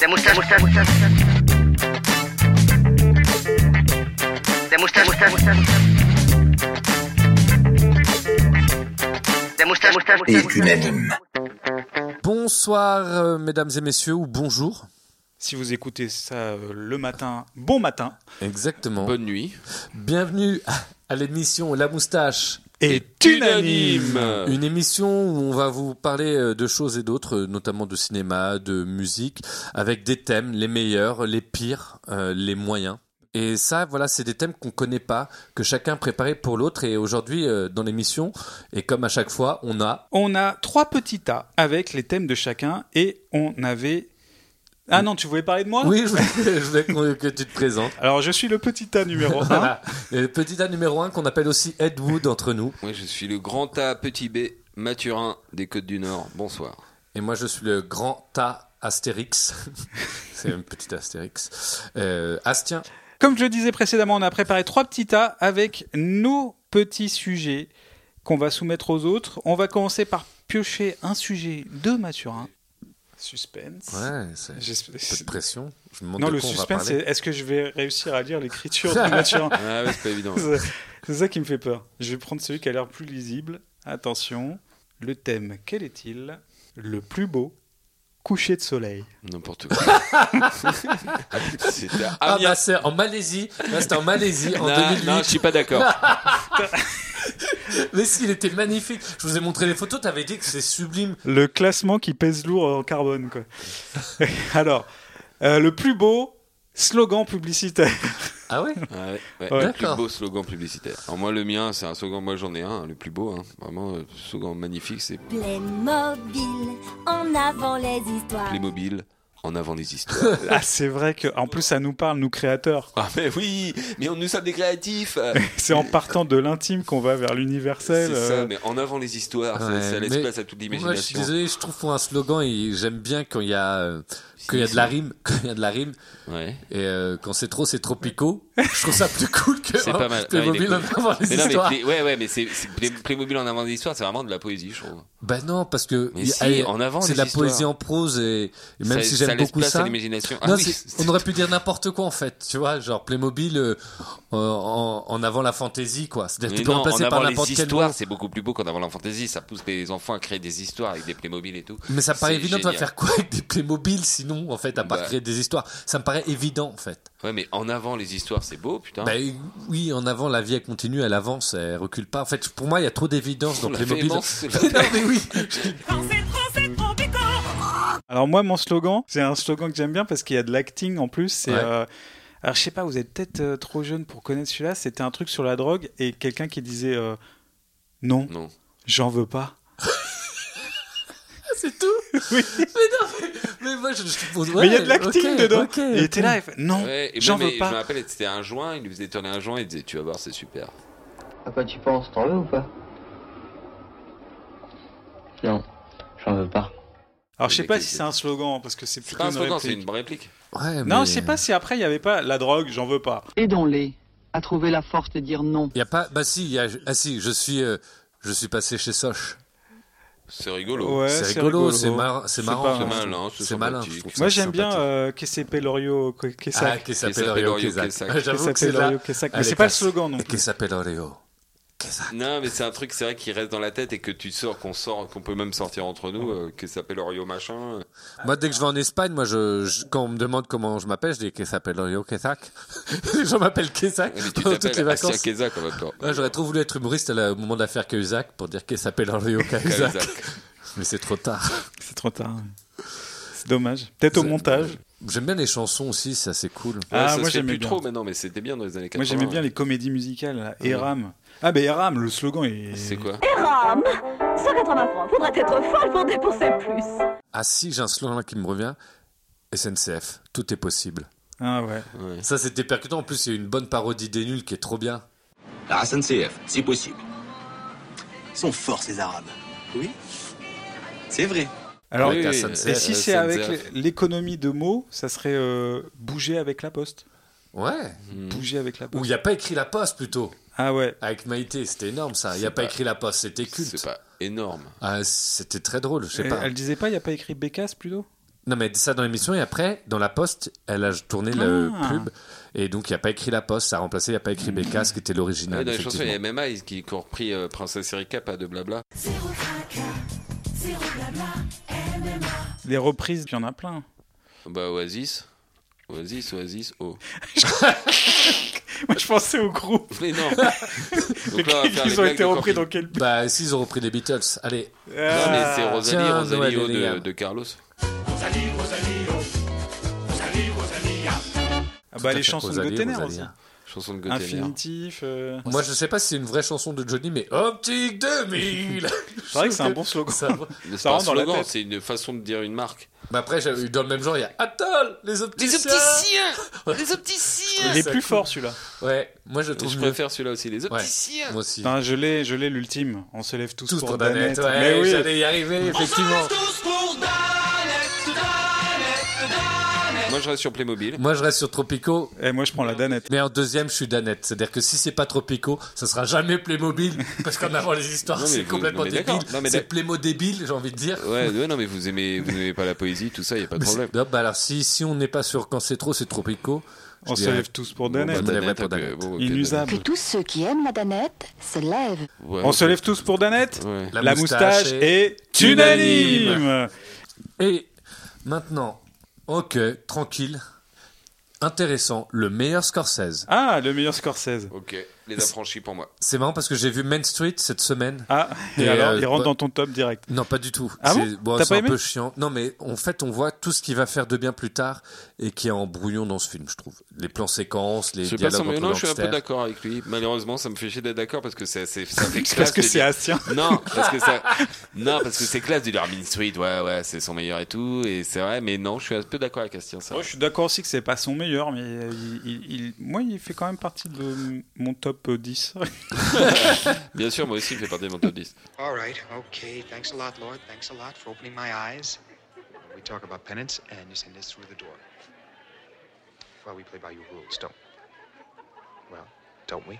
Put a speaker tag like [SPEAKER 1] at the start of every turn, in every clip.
[SPEAKER 1] La moustache, moustache, moustache. La moustache, moustache, moustache. La moustache, moustache, moustache.
[SPEAKER 2] unanime.
[SPEAKER 3] Bonsoir, euh, mesdames et messieurs, ou bonjour.
[SPEAKER 4] Si vous écoutez ça euh, le matin, bon matin.
[SPEAKER 3] Exactement.
[SPEAKER 5] Bonne nuit.
[SPEAKER 3] Bienvenue à l'émission La Moustache.
[SPEAKER 4] Est unanime.
[SPEAKER 5] Euh.
[SPEAKER 3] Une émission où on va vous parler euh, de choses et d'autres, euh, notamment de cinéma, de musique, avec des thèmes, les meilleurs, les pires, euh, les moyens. Et ça, voilà, c'est des thèmes qu'on connaît pas, que chacun préparait pour l'autre. Et aujourd'hui, euh, dans l'émission, et comme à chaque fois, on a
[SPEAKER 4] On a trois petits tas avec les thèmes de chacun et on avait. Ah non, tu voulais parler de moi
[SPEAKER 3] Oui, je voulais, je voulais qu'on- que tu te présentes.
[SPEAKER 4] Alors je suis le petit tas numéro 1.
[SPEAKER 3] Voilà. Et le petit tas numéro un qu'on appelle aussi Ed Wood entre nous.
[SPEAKER 5] Moi, je suis le grand A petit B Mathurin des Côtes du Nord. Bonsoir.
[SPEAKER 3] Et moi, je suis le grand tas Astérix. c'est un petit Astérix. Euh, Astien.
[SPEAKER 4] Comme je le disais précédemment, on a préparé trois petits tas avec nos petits sujets qu'on va soumettre aux autres. On va commencer par piocher un sujet de Mathurin. Suspense.
[SPEAKER 3] Ouais, c'est un peu de pression. Je me demande
[SPEAKER 4] Non,
[SPEAKER 3] de
[SPEAKER 4] le
[SPEAKER 3] quoi on va
[SPEAKER 4] suspense, c'est
[SPEAKER 3] parler.
[SPEAKER 4] est-ce que je vais réussir à lire l'écriture de Mathurin
[SPEAKER 5] Ah ouais, c'est pas évident.
[SPEAKER 4] C'est c'est ça qui me fait peur. Je vais prendre celui qui a l'air plus lisible. Attention. Le thème, quel est-il Le plus beau coucher de soleil.
[SPEAKER 5] N'importe quoi. Ah, C'était à
[SPEAKER 3] Ah,
[SPEAKER 5] Amiens.
[SPEAKER 3] bah, c'est en Malaisie. Là, c'était en Malaisie en
[SPEAKER 5] Non,
[SPEAKER 3] 2008.
[SPEAKER 5] non, je suis pas d'accord.
[SPEAKER 3] Ah. Mais s'il était magnifique. Je vous ai montré les photos. T'avais dit que c'est sublime.
[SPEAKER 4] Le classement qui pèse lourd en carbone. Quoi. Alors, euh, le plus beau slogan publicitaire.
[SPEAKER 3] Ah ouais
[SPEAKER 5] Ah ouais, ouais,
[SPEAKER 4] Ouais.
[SPEAKER 5] Le plus
[SPEAKER 3] D'accord.
[SPEAKER 5] beau slogan publicitaire. Alors moi, le mien, c'est un slogan. Moi, j'en ai un, le plus beau. hein. Vraiment, euh, slogan magnifique, c'est
[SPEAKER 6] mobile, en avant les histoires.
[SPEAKER 5] Playmobil en avant les histoires.
[SPEAKER 4] Ah, c'est vrai que, en plus, ça nous parle, nous créateurs.
[SPEAKER 5] ah mais oui, mais on, nous sommes des créatifs.
[SPEAKER 4] C'est en partant de l'intime qu'on va vers l'universel.
[SPEAKER 5] C'est
[SPEAKER 4] euh,
[SPEAKER 5] ça, mais en avant les histoires, ça-
[SPEAKER 3] Ouais,
[SPEAKER 5] ça, laisse
[SPEAKER 3] mais-
[SPEAKER 5] place à toute
[SPEAKER 3] Moi, je suis
[SPEAKER 5] l'imagination.
[SPEAKER 3] désolé. Je trouve pour un slogan, et j'aime bien quand il y a, euh, quand il y a de la rime. Quand il y a de la rime.
[SPEAKER 5] Ouais.
[SPEAKER 3] Et euh, quand c'est trop, c'est tropicaux. Je trouve ça plus cool que
[SPEAKER 5] C'est pas mal.
[SPEAKER 3] Playmobil
[SPEAKER 5] Ouais, il est cool.
[SPEAKER 3] en avant les
[SPEAKER 5] Mais non, mais
[SPEAKER 3] histoires.
[SPEAKER 5] Play- ouais, ouais, mais c'est c'est Play- Playmobil en avant des histoires, c'est vraiment de la poésie, je trouve.
[SPEAKER 3] Bah non, parce que
[SPEAKER 5] Mais
[SPEAKER 3] il-
[SPEAKER 5] si,
[SPEAKER 3] allez,
[SPEAKER 5] en avant,
[SPEAKER 3] c'est
[SPEAKER 5] les
[SPEAKER 3] de la
[SPEAKER 5] histoires.
[SPEAKER 3] poésie en prose et, et même
[SPEAKER 5] ça,
[SPEAKER 3] si
[SPEAKER 5] ça
[SPEAKER 3] j'aime
[SPEAKER 5] laisse
[SPEAKER 3] beaucoup
[SPEAKER 5] place à
[SPEAKER 3] ça.
[SPEAKER 5] l'imagination. Ah
[SPEAKER 3] non,
[SPEAKER 5] oui,
[SPEAKER 3] c'est- on aurait pu dire n'importe quoi en fait, tu vois, genre Playmobil euh, en, en- en avant la fantaisie quoi. C'est-à-dire
[SPEAKER 5] Mais
[SPEAKER 3] tu peux
[SPEAKER 5] non, en
[SPEAKER 3] remplacer par
[SPEAKER 5] avant les
[SPEAKER 3] n'importe quel
[SPEAKER 5] histoires, c'est beaucoup plus beau qu'en avant la fantaisie. Ça pousse les enfants à créer des histoires avec des Playmobil et tout.
[SPEAKER 3] mot. Mais ça me paraît
[SPEAKER 5] C'est
[SPEAKER 3] évident, tu vas
[SPEAKER 5] génial.
[SPEAKER 3] faire quoi avec des Playmobil sinon en fait, à part
[SPEAKER 5] Bah.
[SPEAKER 3] créer des histoires Ça me paraît évident en fait.
[SPEAKER 5] Ouais, mais en avant les histoires, c'est beau, putain.
[SPEAKER 3] Bah oui, en avant la vie elle continue, elle avance, elle recule pas. En fait, pour moi il y a trop d'évidence dans
[SPEAKER 5] La
[SPEAKER 3] Playmobil.
[SPEAKER 5] véhémence, c'est la-
[SPEAKER 3] non mais oui,
[SPEAKER 4] Alors moi, mon slogan, c'est un slogan que j'aime bien parce qu'il y a de l'acting en plus. C'est,
[SPEAKER 3] Ouais.
[SPEAKER 4] euh, alors je sais pas, vous êtes peut-être euh, trop jeune pour connaître celui-là. C'était un truc sur la drogue et quelqu'un qui disait euh, non,
[SPEAKER 5] Non.
[SPEAKER 4] j'en veux pas.
[SPEAKER 3] c'est tout. Mais non, mais, mais moi je, je-
[SPEAKER 4] mais il y a de
[SPEAKER 3] ouais,
[SPEAKER 4] l'acting
[SPEAKER 3] ok,
[SPEAKER 4] dedans.
[SPEAKER 3] ok,
[SPEAKER 4] il était
[SPEAKER 3] ok.
[SPEAKER 4] là, il fait, non,
[SPEAKER 5] Ouais, et
[SPEAKER 4] j'en
[SPEAKER 5] même,
[SPEAKER 4] veux
[SPEAKER 5] Je me
[SPEAKER 4] pas.
[SPEAKER 5] rappelle, c'était un joint, il lui faisait tourner un joint, il disait Tu vas voir, c'est super.
[SPEAKER 7] À quoi tu penses T'en veux ou pas Non, j'en veux pas.
[SPEAKER 4] Alors je sais
[SPEAKER 5] Mais
[SPEAKER 4] pas
[SPEAKER 5] quel-
[SPEAKER 4] si c'est un slogan parce que c'est
[SPEAKER 5] C'est
[SPEAKER 4] plutôt
[SPEAKER 5] pas un
[SPEAKER 4] une
[SPEAKER 5] slogan, c'est
[SPEAKER 4] réplique.
[SPEAKER 5] une réplique.
[SPEAKER 3] Ouais,
[SPEAKER 4] Non,
[SPEAKER 3] mais-
[SPEAKER 4] je sais pas si après il y avait pas la drogue, j'en veux pas.
[SPEAKER 7] Aidons-les à trouver la force de dire non.
[SPEAKER 3] Il y a pas. Bah si, il y a... ah si, je suis, euh, je suis passé chez Soch.
[SPEAKER 5] C'est rigolo.
[SPEAKER 4] Ouais,
[SPEAKER 3] c'est rigolo, c'est marrant, c'est
[SPEAKER 4] C'est
[SPEAKER 3] marrant.
[SPEAKER 4] pas
[SPEAKER 5] C'est
[SPEAKER 4] ouais.
[SPEAKER 5] malin, hein,
[SPEAKER 3] C'est malin. je trouve ça
[SPEAKER 4] Moi j'aime bien
[SPEAKER 3] sympathique.
[SPEAKER 4] euh, Kessé Pelorio, Kessa.
[SPEAKER 3] Ah, qui s'appelle
[SPEAKER 5] s'appelle
[SPEAKER 3] Oreo
[SPEAKER 5] Oreo
[SPEAKER 3] Kézak.
[SPEAKER 5] Kézak.
[SPEAKER 3] Ouais,
[SPEAKER 4] Qui
[SPEAKER 3] J'avoue que c'est
[SPEAKER 4] s'appelle
[SPEAKER 3] là. Ah,
[SPEAKER 4] Oreo Kessac. Mais
[SPEAKER 3] Allez,
[SPEAKER 4] c'est pas le
[SPEAKER 3] passe.
[SPEAKER 4] slogan non
[SPEAKER 3] Qui
[SPEAKER 4] plus.
[SPEAKER 3] s'appelle Oreo Kézak.
[SPEAKER 5] Non, mais c'est un truc, c'est vrai, qui reste dans la tête et que tu sors, qu'on sort, qu'on peut même sortir entre nous, euh, que ça s'appelle Oreo machin.
[SPEAKER 3] Moi, dès que je vais en Espagne, moi, je, je- quand on me demande comment je m'appelle, je dis qui s'appelle Oreo Kézak. Les gens m'appellent Kézak
[SPEAKER 5] Mais tu
[SPEAKER 3] pendant toutes les
[SPEAKER 5] t'appelles Astia
[SPEAKER 3] vacances.
[SPEAKER 5] Keza quand même. toi.
[SPEAKER 3] Ouais, J'aurais trop voulu être humoriste à la- au moment de l'affaire Cahuzac pour dire qui s'appelle Oreo Cahuzac.
[SPEAKER 5] Cahuzac.
[SPEAKER 3] Mais c'est trop tard.
[SPEAKER 4] C'est trop tard. C'est dommage. Peut-être au
[SPEAKER 3] C'est-
[SPEAKER 4] montage.
[SPEAKER 3] J'aime bien les chansons aussi, c'est assez cool.
[SPEAKER 4] Ah,
[SPEAKER 5] ça
[SPEAKER 4] moi,
[SPEAKER 5] se fait
[SPEAKER 4] j'aimais
[SPEAKER 5] plus
[SPEAKER 4] bien.
[SPEAKER 5] trop maintenant, mais c'était bien dans les années 80.
[SPEAKER 4] Moi j'aimais bien les comédies musicales, là. Eram. Ah ben Eram, le slogan est...
[SPEAKER 5] C'est quoi
[SPEAKER 8] Rome 180 francs, faudrait être folle pour dépenser plus.
[SPEAKER 3] Ah si, j'ai un slogan qui me revient. SNCF, tout est possible.
[SPEAKER 4] Ah ouais.
[SPEAKER 5] Ouais.
[SPEAKER 3] Ça, c'était percutant. En plus, c'est une bonne parodie des nuls qui est trop bien.
[SPEAKER 9] La SNCF, c'est possible. Ils sont forts, ces Arabes. Oui C'est vrai.
[SPEAKER 4] Alors,
[SPEAKER 5] Oui,
[SPEAKER 3] Avec la
[SPEAKER 5] oui,
[SPEAKER 3] SNCF.
[SPEAKER 4] et si
[SPEAKER 5] euh,
[SPEAKER 4] c'est
[SPEAKER 5] SNCF.
[SPEAKER 4] avec l'économie de mots, ça serait euh, bouger avec la poste.
[SPEAKER 3] Ouais.
[SPEAKER 5] Mm.
[SPEAKER 4] Bouger avec la
[SPEAKER 3] Ou
[SPEAKER 4] poste.
[SPEAKER 3] il n'y a pas écrit la poste plutôt.
[SPEAKER 4] Ah ouais.
[SPEAKER 3] Avec Maïté, c'était énorme ça. Il n'y a
[SPEAKER 5] C'est
[SPEAKER 3] pas,
[SPEAKER 5] pas-
[SPEAKER 3] écrit la poste, c'était
[SPEAKER 5] C'est
[SPEAKER 3] culte.
[SPEAKER 5] pas énorme.
[SPEAKER 3] Ah, c'était très drôle, je sais
[SPEAKER 4] Elle,
[SPEAKER 3] pas.
[SPEAKER 4] elle disait pas, il n'y a pas écrit Bécasse plutôt
[SPEAKER 3] Non, mais elle dit ça dans l'émission et après, dans la poste, elle a tourné le
[SPEAKER 4] Ah.
[SPEAKER 3] pub et donc il n'y a pas écrit la poste, ça a remplacé, il n'y a pas écrit Becca, ce qui était
[SPEAKER 5] Ah
[SPEAKER 3] l'original.
[SPEAKER 5] oui, dans les chansons, il y
[SPEAKER 3] effectivement.
[SPEAKER 5] a MMA ils- qui qui ont repris euh, Princesse Erika, pas de blabla.
[SPEAKER 4] Les reprises, il y en a plein.
[SPEAKER 5] Bah, Oasis. Oasis, Oasis, oh.
[SPEAKER 4] Moi, je pensais au groupe.
[SPEAKER 5] Mais non
[SPEAKER 4] Mais
[SPEAKER 5] Donc là, on va faire les
[SPEAKER 4] ils ont
[SPEAKER 5] blagues
[SPEAKER 4] été
[SPEAKER 5] de
[SPEAKER 4] repris
[SPEAKER 5] Corky.
[SPEAKER 4] dans Ah. quel pays
[SPEAKER 3] Bah, s'ils ont repris les Beatles, allez,
[SPEAKER 5] Non, mais c'est Rosalie,
[SPEAKER 3] Ah, Tiens,
[SPEAKER 5] Rosalie
[SPEAKER 3] Noël,
[SPEAKER 5] oh,
[SPEAKER 3] les gars.
[SPEAKER 5] de, de Carlos.
[SPEAKER 4] Ah
[SPEAKER 3] Tout à
[SPEAKER 4] bah, les
[SPEAKER 3] fait,
[SPEAKER 4] chansons de
[SPEAKER 3] Rosalie,
[SPEAKER 4] Gotenner
[SPEAKER 3] Rosalie,
[SPEAKER 4] aussi.
[SPEAKER 3] hein.
[SPEAKER 5] Chanson de Gauthier.
[SPEAKER 4] Infinitif. euh,
[SPEAKER 3] Moi, je sais pas si c'est une vraie chanson de Johnny, mais Optique 2000
[SPEAKER 4] C'est vrai que c'est un bon slogan.
[SPEAKER 3] Ça va.
[SPEAKER 5] C'est
[SPEAKER 4] Ça
[SPEAKER 5] pas un
[SPEAKER 4] rentre dans la
[SPEAKER 5] slogan,
[SPEAKER 4] tête.
[SPEAKER 5] c'est une façon de dire une marque.
[SPEAKER 3] Mais après, j'ai- dans le même genre, il y a Atoll, les opticiens
[SPEAKER 5] Les opticiens
[SPEAKER 4] Il
[SPEAKER 3] Ouais,
[SPEAKER 4] est
[SPEAKER 3] ça
[SPEAKER 4] plus
[SPEAKER 3] coule.
[SPEAKER 4] fort celui-là.
[SPEAKER 3] Ouais, moi je le trouve
[SPEAKER 5] Je
[SPEAKER 3] mieux.
[SPEAKER 5] préfère celui-là aussi, les
[SPEAKER 3] Ouais.
[SPEAKER 2] euh,
[SPEAKER 5] opticiens
[SPEAKER 3] Moi aussi.
[SPEAKER 4] Non, je l'ai, je l'ai l'ultime. On se lève tous,
[SPEAKER 3] Tous
[SPEAKER 4] pour,
[SPEAKER 3] pour
[SPEAKER 4] Danette.
[SPEAKER 3] Danette, ouais,
[SPEAKER 4] Mais oui.
[SPEAKER 3] j'allais y arriver, effectivement.
[SPEAKER 5] Moi, je reste sur Playmobil.
[SPEAKER 3] Moi, je reste sur Tropico,
[SPEAKER 4] Et Eh, moi, je prends la Danette.
[SPEAKER 3] mais en deuxième, je suis Danette. C'est-à-dire que si c'est pas Tropico, ça sera jamais Playmobil, parce qu'en avant les histoires,
[SPEAKER 5] Non, mais
[SPEAKER 3] c'est
[SPEAKER 5] vous-
[SPEAKER 3] complètement
[SPEAKER 5] non, mais
[SPEAKER 3] débile.
[SPEAKER 5] d'accord. Non, mais
[SPEAKER 3] C'est
[SPEAKER 5] d'ac-
[SPEAKER 3] Playmo débile, j'ai envie de dire.
[SPEAKER 5] Ouais, ouais, non, mais vous aimez, vous aimez pas la poésie, tout ça, y a pas de
[SPEAKER 3] Mais c'est-
[SPEAKER 5] problème.
[SPEAKER 3] Non, bah alors, si, si on n'est pas sur quand c'est trop, c'est Tropico. Je
[SPEAKER 4] On se
[SPEAKER 3] dirais-
[SPEAKER 4] lève tous pour
[SPEAKER 5] Bon,
[SPEAKER 4] Danette.
[SPEAKER 3] Je me lèverai
[SPEAKER 5] Danette,
[SPEAKER 3] pour
[SPEAKER 5] ok,
[SPEAKER 3] Danette.
[SPEAKER 5] bon, ok,
[SPEAKER 4] Inusable.
[SPEAKER 8] Que tous ceux qui aiment la danette se lèvent.
[SPEAKER 5] Danette. Ouais,
[SPEAKER 4] On se lève tous pour Danette.
[SPEAKER 5] Ouais.
[SPEAKER 4] La, moustache, est
[SPEAKER 3] unanime.
[SPEAKER 4] unanime.
[SPEAKER 3] Et maintenant, ok, tranquille, intéressant, le meilleur Scorsese.
[SPEAKER 4] Ah, le meilleur Scorsese.
[SPEAKER 5] Ok, les affranchis pour moi.
[SPEAKER 3] C'est marrant parce que j'ai vu Main Street cette semaine.
[SPEAKER 4] Ah, et,
[SPEAKER 3] Et
[SPEAKER 4] alors,
[SPEAKER 3] euh,
[SPEAKER 4] il rentre
[SPEAKER 3] bah-
[SPEAKER 4] dans ton top direct.
[SPEAKER 3] Non, pas du tout.
[SPEAKER 4] Ah
[SPEAKER 3] c'est
[SPEAKER 4] bon
[SPEAKER 3] bon,
[SPEAKER 4] T'as
[SPEAKER 3] c'est
[SPEAKER 4] pas
[SPEAKER 3] un
[SPEAKER 4] aimé
[SPEAKER 3] peu chiant. Non, mais en fait, on voit tout ce qu'il va faire de bien plus tard et qui est en brouillon dans ce film, je trouve. Les plans séquences, les
[SPEAKER 5] Je, sais pas
[SPEAKER 3] dialogues
[SPEAKER 5] sans-
[SPEAKER 3] entre
[SPEAKER 5] non, je suis un peu
[SPEAKER 3] gangsters.
[SPEAKER 5] d'accord avec lui. Malheureusement, ça me fait chier d'être d'accord parce que c'est assez. Ça fait classe
[SPEAKER 4] Parce que
[SPEAKER 5] de
[SPEAKER 4] c'est hein.
[SPEAKER 5] dire-
[SPEAKER 4] Astien.
[SPEAKER 5] Non, parce que ça. Non, parce que c'est classe du Darmin Street. Ouais, ouais, c'est son meilleur et tout. Et c'est vrai, mais non, je suis un peu d'accord avec Astien. Ça.
[SPEAKER 4] Moi, je suis d'accord aussi que c'est pas son meilleur, mais euh, il, il- il- moi, il fait quand même partie de mon top euh, 10.
[SPEAKER 5] Bien sûr, moi aussi, il fait partie de mon top 10.
[SPEAKER 2] All right, okay. Thanks a lot, Lord. Thanks a lot for opening my eyes. We talk about penance, and you send us through the door. Well, we play by your rules, don't? Well, don't we?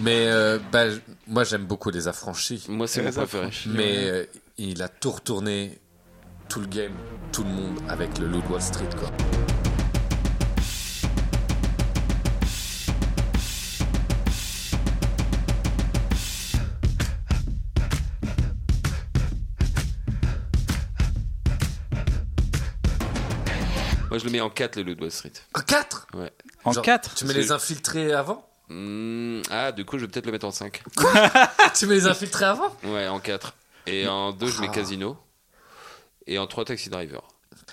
[SPEAKER 3] Mais euh, bah, j- moi, j'aime beaucoup les affranchis.
[SPEAKER 5] Moi, c'est mon
[SPEAKER 4] Les
[SPEAKER 5] préféré.
[SPEAKER 4] affranchis.
[SPEAKER 3] Mais euh, il a tout retourné, tout le game, tout le monde avec le Loup de Wall Street, quoi.
[SPEAKER 5] Moi, je le mets en 4, le Loup de Wall Street.
[SPEAKER 3] En 4
[SPEAKER 5] Ouais.
[SPEAKER 4] En
[SPEAKER 3] Genre,
[SPEAKER 4] 4.
[SPEAKER 3] Tu mets
[SPEAKER 5] Parce
[SPEAKER 3] les
[SPEAKER 5] que-
[SPEAKER 3] infiltrés avant
[SPEAKER 5] Hmm, ah, du coup, je vais peut-être le mettre en 5.
[SPEAKER 3] Ah, Tu mets les infiltrés avant
[SPEAKER 5] Ouais, en 4. Et en 2, je mets
[SPEAKER 3] Ah.
[SPEAKER 5] Casino. Et en 3, Taxi Driver.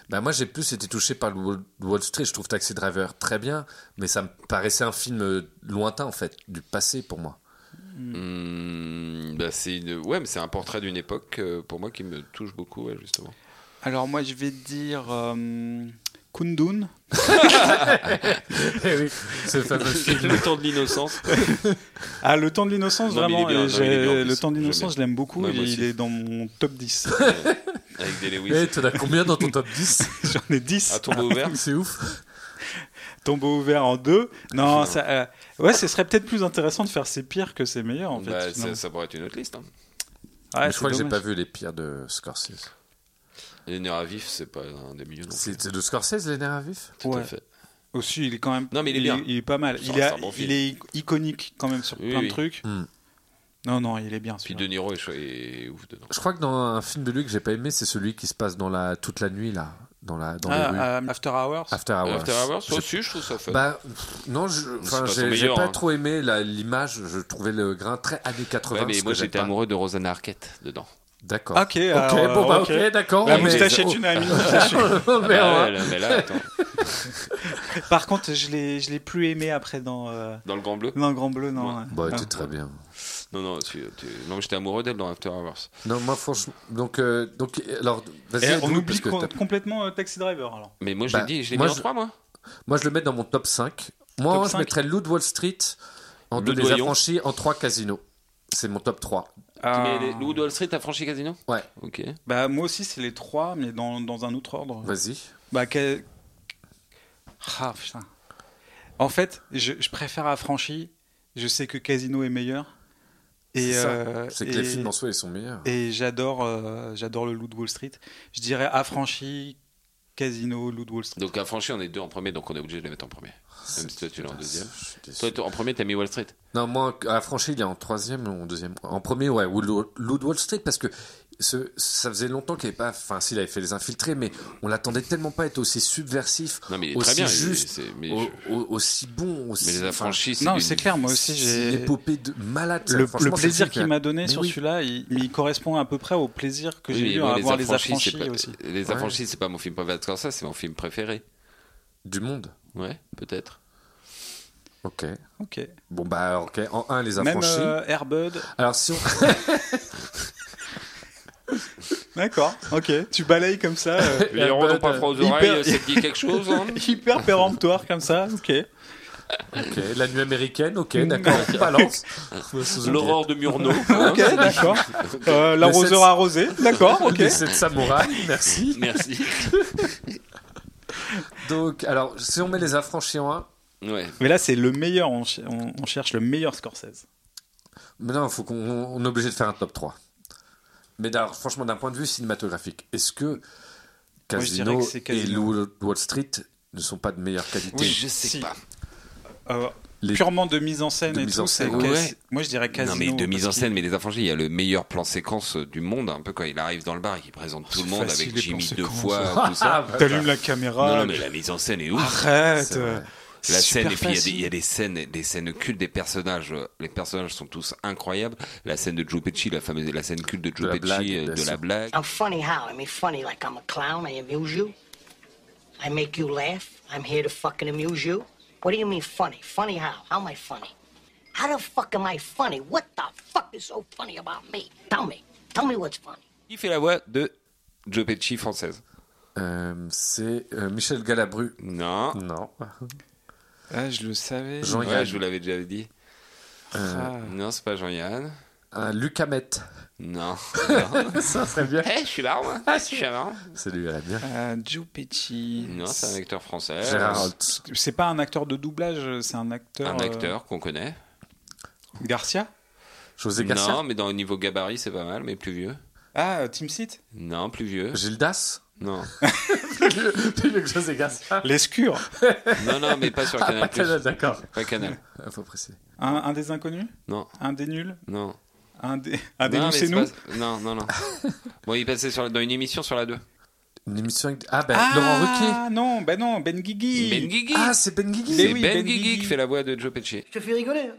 [SPEAKER 3] Bah moi j'ai plus été touché par le Wall, Wall Street, je trouve Taxi Driver très bien, mais ça me paraissait un film euh, lointain en fait, du passé pour moi.
[SPEAKER 5] Hmm, bah, c'est une... Ouais, mais c'est un portrait d'une époque, euh, pour moi, qui me touche beaucoup, ouais, justement.
[SPEAKER 4] Alors, moi, je vais dire euh, Kundun.
[SPEAKER 3] Eh oui, ce fameux film.
[SPEAKER 5] Ah, bah, le temps de l'innocence.
[SPEAKER 4] Ah, Le Temps de l'Innocence,
[SPEAKER 5] Non, mais il est
[SPEAKER 4] vraiment.
[SPEAKER 5] bien,
[SPEAKER 4] euh,
[SPEAKER 5] non, il est bien, en
[SPEAKER 4] j'ai-
[SPEAKER 5] plus.
[SPEAKER 4] le Temps de
[SPEAKER 5] J'aime
[SPEAKER 4] l'Innocence, je l'aime beaucoup.
[SPEAKER 5] Ouais, moi
[SPEAKER 4] il
[SPEAKER 5] aussi.
[SPEAKER 4] est dans mon top 10.
[SPEAKER 5] Avec des Lewis. Ah,
[SPEAKER 3] Eh, t'en as combien dans ton top 10
[SPEAKER 4] J'en ai 10.
[SPEAKER 5] À tombeau ouvert.
[SPEAKER 3] Ah, C'est ouf.
[SPEAKER 4] Tombeau ouvert en deux. Non,
[SPEAKER 5] Putain.
[SPEAKER 4] ça, euh, ouais, ce serait peut-être plus intéressant de faire ses pires que ses meilleurs en fait.
[SPEAKER 5] Bah,
[SPEAKER 4] Non.
[SPEAKER 5] ça, ça pourrait être une autre liste.
[SPEAKER 4] Ouais,
[SPEAKER 5] Hein.
[SPEAKER 3] Mais Ah, je
[SPEAKER 4] c'est
[SPEAKER 3] crois que j'ai
[SPEAKER 4] dommage.
[SPEAKER 3] pas vu les pires de Scorsese.
[SPEAKER 5] Les nerfs à vif, c'est pas un des milieux. non plus.
[SPEAKER 3] C'est c'est de Scorsese les nerfs à vif
[SPEAKER 5] Tout
[SPEAKER 4] Ouais.
[SPEAKER 5] à fait.
[SPEAKER 4] Aussi, il est quand même.
[SPEAKER 5] Non, mais il est bien.
[SPEAKER 4] Il est pas mal.
[SPEAKER 5] C'est
[SPEAKER 4] Il,
[SPEAKER 5] un-
[SPEAKER 4] a-
[SPEAKER 5] c'est un bon
[SPEAKER 4] il
[SPEAKER 5] film.
[SPEAKER 4] est iconique quand même sur
[SPEAKER 5] Oui,
[SPEAKER 4] plein de
[SPEAKER 5] oui.
[SPEAKER 4] trucs.
[SPEAKER 3] Hmm.
[SPEAKER 4] Non, non, il est bien.
[SPEAKER 5] Puis
[SPEAKER 4] celui-là.
[SPEAKER 5] De Niro est, chou- est ouf dedans.
[SPEAKER 3] Je crois que dans un film de lui que j'ai pas aimé, c'est celui qui se passe dans la toute la nuit là, dans la dans les rues.
[SPEAKER 4] Ah, euh, After Hours.
[SPEAKER 3] After Hours.
[SPEAKER 5] After Hours,
[SPEAKER 3] J'ai-
[SPEAKER 5] moi aussi, je trouve ça fun.
[SPEAKER 3] Bah, pff, non, je- enfin,
[SPEAKER 5] pas son
[SPEAKER 3] j'ai j'ai
[SPEAKER 5] meilleur,
[SPEAKER 3] pas
[SPEAKER 5] hein.
[SPEAKER 3] trop aimé la- l'image. Je trouvais le grain très années 80.
[SPEAKER 5] Ouais, mais
[SPEAKER 3] ce
[SPEAKER 5] moi,
[SPEAKER 3] que j'aime
[SPEAKER 5] j'étais
[SPEAKER 3] pas.
[SPEAKER 5] amoureux de Rosanna Arquette dedans.
[SPEAKER 3] D'accord.
[SPEAKER 4] Ok, alors,
[SPEAKER 3] ok, bon, bah,
[SPEAKER 4] euh,
[SPEAKER 3] ok,
[SPEAKER 4] Ah, ok.
[SPEAKER 3] d'accord.
[SPEAKER 4] La
[SPEAKER 3] mais-
[SPEAKER 4] moustache
[SPEAKER 3] oh,
[SPEAKER 4] est une amie.
[SPEAKER 3] oh,
[SPEAKER 5] Ah
[SPEAKER 3] merde,
[SPEAKER 5] bah
[SPEAKER 3] hein.
[SPEAKER 5] ouais, là, mais là, attends,
[SPEAKER 4] Par contre, je l'ai, je l'ai plus aimé après dans, euh,
[SPEAKER 5] dans le Grand Bleu
[SPEAKER 4] dans Grand Bleu, non. ouais.
[SPEAKER 3] Bon, bah,
[SPEAKER 4] Ah.
[SPEAKER 3] t'es très bien.
[SPEAKER 5] Non, non, tu- tu- non j'étais amoureux d'elle dans After Hours.
[SPEAKER 3] Non, moi, franchement. Donc, euh, donc alors, vas-y,
[SPEAKER 4] Et Eh, on
[SPEAKER 3] aide-nous,
[SPEAKER 4] oublie
[SPEAKER 3] parce que
[SPEAKER 4] com-
[SPEAKER 3] t'as-
[SPEAKER 4] complètement euh, Taxi Driver alors.
[SPEAKER 5] Mais moi, je
[SPEAKER 3] Bah,
[SPEAKER 5] l'ai dit, je l'ai
[SPEAKER 3] moi,
[SPEAKER 5] mis en
[SPEAKER 3] je-
[SPEAKER 5] 3, moi.
[SPEAKER 3] moi, je le mets dans mon top 5. Moi,
[SPEAKER 4] Top
[SPEAKER 3] je
[SPEAKER 4] cinq.
[SPEAKER 3] mettrais Loup de Wall Street en
[SPEAKER 5] Loup
[SPEAKER 3] deux
[SPEAKER 5] de
[SPEAKER 3] les
[SPEAKER 5] Voyons.
[SPEAKER 3] affranchis en trois casinos. C'est mon top 3.
[SPEAKER 4] Euh,
[SPEAKER 5] Mais les- le Wood Wall Street a franchi Casino
[SPEAKER 3] Ouais.
[SPEAKER 5] Ok.
[SPEAKER 4] bah, moi aussi, c'est les trois, mais dans, dans un autre ordre.
[SPEAKER 3] Vas-y.
[SPEAKER 4] Bah, que- Ah, putain. En fait, je, je préfère Affranchi. Je sais que Casino est meilleur. Et,
[SPEAKER 3] C'est ça.
[SPEAKER 4] euh,
[SPEAKER 3] C'est que
[SPEAKER 4] et-
[SPEAKER 3] les films en soi, ils sont meilleurs.
[SPEAKER 4] Et j'adore, euh, j'adore le Loup de Wall Street. Je dirais Affranchi, Casino, Loup de Wall Street.
[SPEAKER 5] Donc à franchi, on est deux en premier, donc on est obligé de les mettre en premier. Même si toi tu l'as en deuxième.
[SPEAKER 3] Je suis déçu.
[SPEAKER 5] Toi, toi, en premier, t'as mis Wall Street.
[SPEAKER 3] Non, moi, à Franchi, il est en troisième ou en deuxième. En premier, ouais, Wood- Wood Wall Street, parce que ce- ça faisait longtemps qu'il avait pas. Enfin, s'il avait fait les infiltrés, mais on l'attendait tellement pas à être aussi subversif,
[SPEAKER 5] Non, mais il est
[SPEAKER 3] aussi
[SPEAKER 5] très bien. il est-
[SPEAKER 3] juste,
[SPEAKER 5] c'est- mais,
[SPEAKER 3] au-
[SPEAKER 5] je-
[SPEAKER 3] au- aussi bon, aussi.
[SPEAKER 5] mais les affranchis, c'est.
[SPEAKER 4] Non,
[SPEAKER 5] d'une-
[SPEAKER 4] c'est clair, moi aussi,
[SPEAKER 3] C'est une
[SPEAKER 4] j'ai.
[SPEAKER 3] épopée de malade. ça.
[SPEAKER 4] Le,
[SPEAKER 3] Franchement,
[SPEAKER 4] le
[SPEAKER 3] c'est
[SPEAKER 4] plaisir
[SPEAKER 3] film
[SPEAKER 4] qu'il
[SPEAKER 3] a-
[SPEAKER 4] m'a donné
[SPEAKER 3] Mais
[SPEAKER 4] sur
[SPEAKER 3] oui.
[SPEAKER 4] celui-là, il, il correspond à peu près au plaisir que
[SPEAKER 5] Oui,
[SPEAKER 4] j'ai
[SPEAKER 5] mais
[SPEAKER 4] eu
[SPEAKER 5] moi,
[SPEAKER 4] à avoir les
[SPEAKER 5] c'est
[SPEAKER 4] affranchis,
[SPEAKER 5] pas-
[SPEAKER 4] aussi.
[SPEAKER 5] Les
[SPEAKER 3] Ouais.
[SPEAKER 5] affranchis, c'est pas mon film préféré de Scorsese, c'est mon film préféré.
[SPEAKER 3] Du monde.
[SPEAKER 5] Ouais, peut-être.
[SPEAKER 3] Ok.
[SPEAKER 4] Ok.
[SPEAKER 3] Bon, bah, ok. En un, les
[SPEAKER 4] Même
[SPEAKER 3] affranchis.
[SPEAKER 4] euh, Airbud.
[SPEAKER 3] Alors, si on.
[SPEAKER 4] D'accord. Ok. Tu balayes comme ça, euh,
[SPEAKER 5] Les héros n'ont pas froid aux
[SPEAKER 4] Hyper-
[SPEAKER 5] oreilles, ça te dit quelque chose hein
[SPEAKER 4] hyper péremptoire comme ça. Ok.
[SPEAKER 3] Ok, la nuit américaine, ok,
[SPEAKER 4] Mm.
[SPEAKER 3] d'accord, on balance.
[SPEAKER 5] L'aurore de Murnau. hein.
[SPEAKER 4] Ok. D'accord. Euh, L'arroseur
[SPEAKER 3] sept-
[SPEAKER 4] arrosé. D'accord. Ok.
[SPEAKER 3] Les sept samouraïs, merci.
[SPEAKER 5] Merci.
[SPEAKER 3] Donc, alors, si on met les affranchis en 1,
[SPEAKER 5] Ouais.
[SPEAKER 4] Mais là, c'est le meilleur. On, ch- on- on cherche le meilleur Scorsese.
[SPEAKER 3] mais non, faut qu'on on est obligé de faire un top 3. Mais d'ailleurs, franchement, d'un point de vue cinématographique, est-ce que Casino,
[SPEAKER 4] dirais que c'est
[SPEAKER 3] et
[SPEAKER 4] Casino.
[SPEAKER 3] Lou- Wall Street ne sont pas de meilleure qualité
[SPEAKER 5] Oui, je sais
[SPEAKER 4] Si.
[SPEAKER 5] pas.
[SPEAKER 4] Euh,
[SPEAKER 3] Les-
[SPEAKER 4] Purement de mise en scène
[SPEAKER 3] de
[SPEAKER 4] et
[SPEAKER 3] mise
[SPEAKER 4] tout.
[SPEAKER 3] en
[SPEAKER 4] c'est
[SPEAKER 5] scène,
[SPEAKER 4] cas-
[SPEAKER 5] ouais.
[SPEAKER 4] Moi, je dirais Casino.
[SPEAKER 5] non mais de mise en
[SPEAKER 4] parce
[SPEAKER 5] scène, mais les affranchis, il y a le meilleur plan séquence euh, du monde, un peu quand il arrive dans le bar et qu'il présente tout le
[SPEAKER 4] Oh, c'est
[SPEAKER 5] monde
[SPEAKER 4] facile,
[SPEAKER 5] avec
[SPEAKER 4] les
[SPEAKER 5] Jimmy
[SPEAKER 4] plans
[SPEAKER 5] deux
[SPEAKER 4] séquences.
[SPEAKER 5] fois, tout ça.
[SPEAKER 4] que T'allumes la caméra. euh,
[SPEAKER 5] Non, non, mais la mise en scène est ouf.
[SPEAKER 4] Arrête.
[SPEAKER 3] C'est vrai.
[SPEAKER 5] La scène, et puis il y a des-
[SPEAKER 4] facile.
[SPEAKER 5] il y, a des scènes, des scènes cultes des personnages. euh, Les personnages sont tous incroyables. La scène de Joe Pesci, la fameuse, la scène culte de Joe
[SPEAKER 3] la
[SPEAKER 5] Pesci,
[SPEAKER 3] blague, bien
[SPEAKER 5] euh, de la
[SPEAKER 3] sûr.
[SPEAKER 5] blague.
[SPEAKER 1] I'm funny how? I mean, funny like I'm a clown. I amuse you. I make you laugh. I'm here to fucking amuse you. What do you mean funny? Funny how? How am I funny? How the fuck am I funny? What the fuck is so funny about me? Tell me. Tell me what's funny.
[SPEAKER 5] Qui fait la voix de Joe Pesci française
[SPEAKER 3] Euh, c'est euh, Michel Galabru.
[SPEAKER 5] Non.
[SPEAKER 3] Non.
[SPEAKER 4] Ah, je le savais.
[SPEAKER 3] Jean-Yann.
[SPEAKER 5] Ouais, je vous l'avais déjà dit.
[SPEAKER 4] Ah.
[SPEAKER 5] Non, c'est pas Jean-Yann.
[SPEAKER 3] Euh, Luc Hamet.
[SPEAKER 5] Non. non.
[SPEAKER 3] Ça serait bien.
[SPEAKER 5] Eh, je suis là, moi. Je suis là.
[SPEAKER 3] Ça lui irait bien.
[SPEAKER 4] Ah, Joe Pesci.
[SPEAKER 5] euh, Non, c'est un acteur français.
[SPEAKER 3] Gérard Holt.
[SPEAKER 4] C'est pas un acteur de doublage, c'est un acteur.
[SPEAKER 5] Un
[SPEAKER 4] euh,
[SPEAKER 5] acteur qu'on connaît.
[SPEAKER 4] Garcia
[SPEAKER 3] José Garcia.
[SPEAKER 5] Non, mais dans le niveau gabarit, c'est pas mal, mais plus vieux.
[SPEAKER 4] Ah, Team Seat
[SPEAKER 5] Non, plus vieux.
[SPEAKER 3] Gildas.
[SPEAKER 5] Non.
[SPEAKER 3] Plus vieux que José Garcia.
[SPEAKER 4] L'escure
[SPEAKER 5] Non, non, mais pas sur
[SPEAKER 3] Ah, pas
[SPEAKER 5] Canal+.
[SPEAKER 3] Canal, d'accord.
[SPEAKER 5] Pas Canal.
[SPEAKER 3] Ah, faut préciser.
[SPEAKER 4] un, un des inconnus
[SPEAKER 5] Non,
[SPEAKER 4] Un des nuls
[SPEAKER 5] non.
[SPEAKER 4] Un des, un Ah, des
[SPEAKER 5] Non,
[SPEAKER 4] nuls,
[SPEAKER 5] mais
[SPEAKER 4] c'est nous
[SPEAKER 5] pas- Non, non, non. bon, il passait sur la- dans une émission sur la 2.
[SPEAKER 3] Une émission avec... Ah, ben,
[SPEAKER 4] Ah,
[SPEAKER 3] Laurent Ruquier.
[SPEAKER 4] non, bah non, Ben Guigui
[SPEAKER 5] Ben Guigui
[SPEAKER 3] Ah, c'est Ben Guigui.
[SPEAKER 5] C'est
[SPEAKER 4] mais oui,
[SPEAKER 5] Ben,
[SPEAKER 4] Ben
[SPEAKER 5] Guigui,
[SPEAKER 4] Guigui.
[SPEAKER 5] qui fait la voix de Joe Pesci.
[SPEAKER 1] Je te fais rigoler. hein.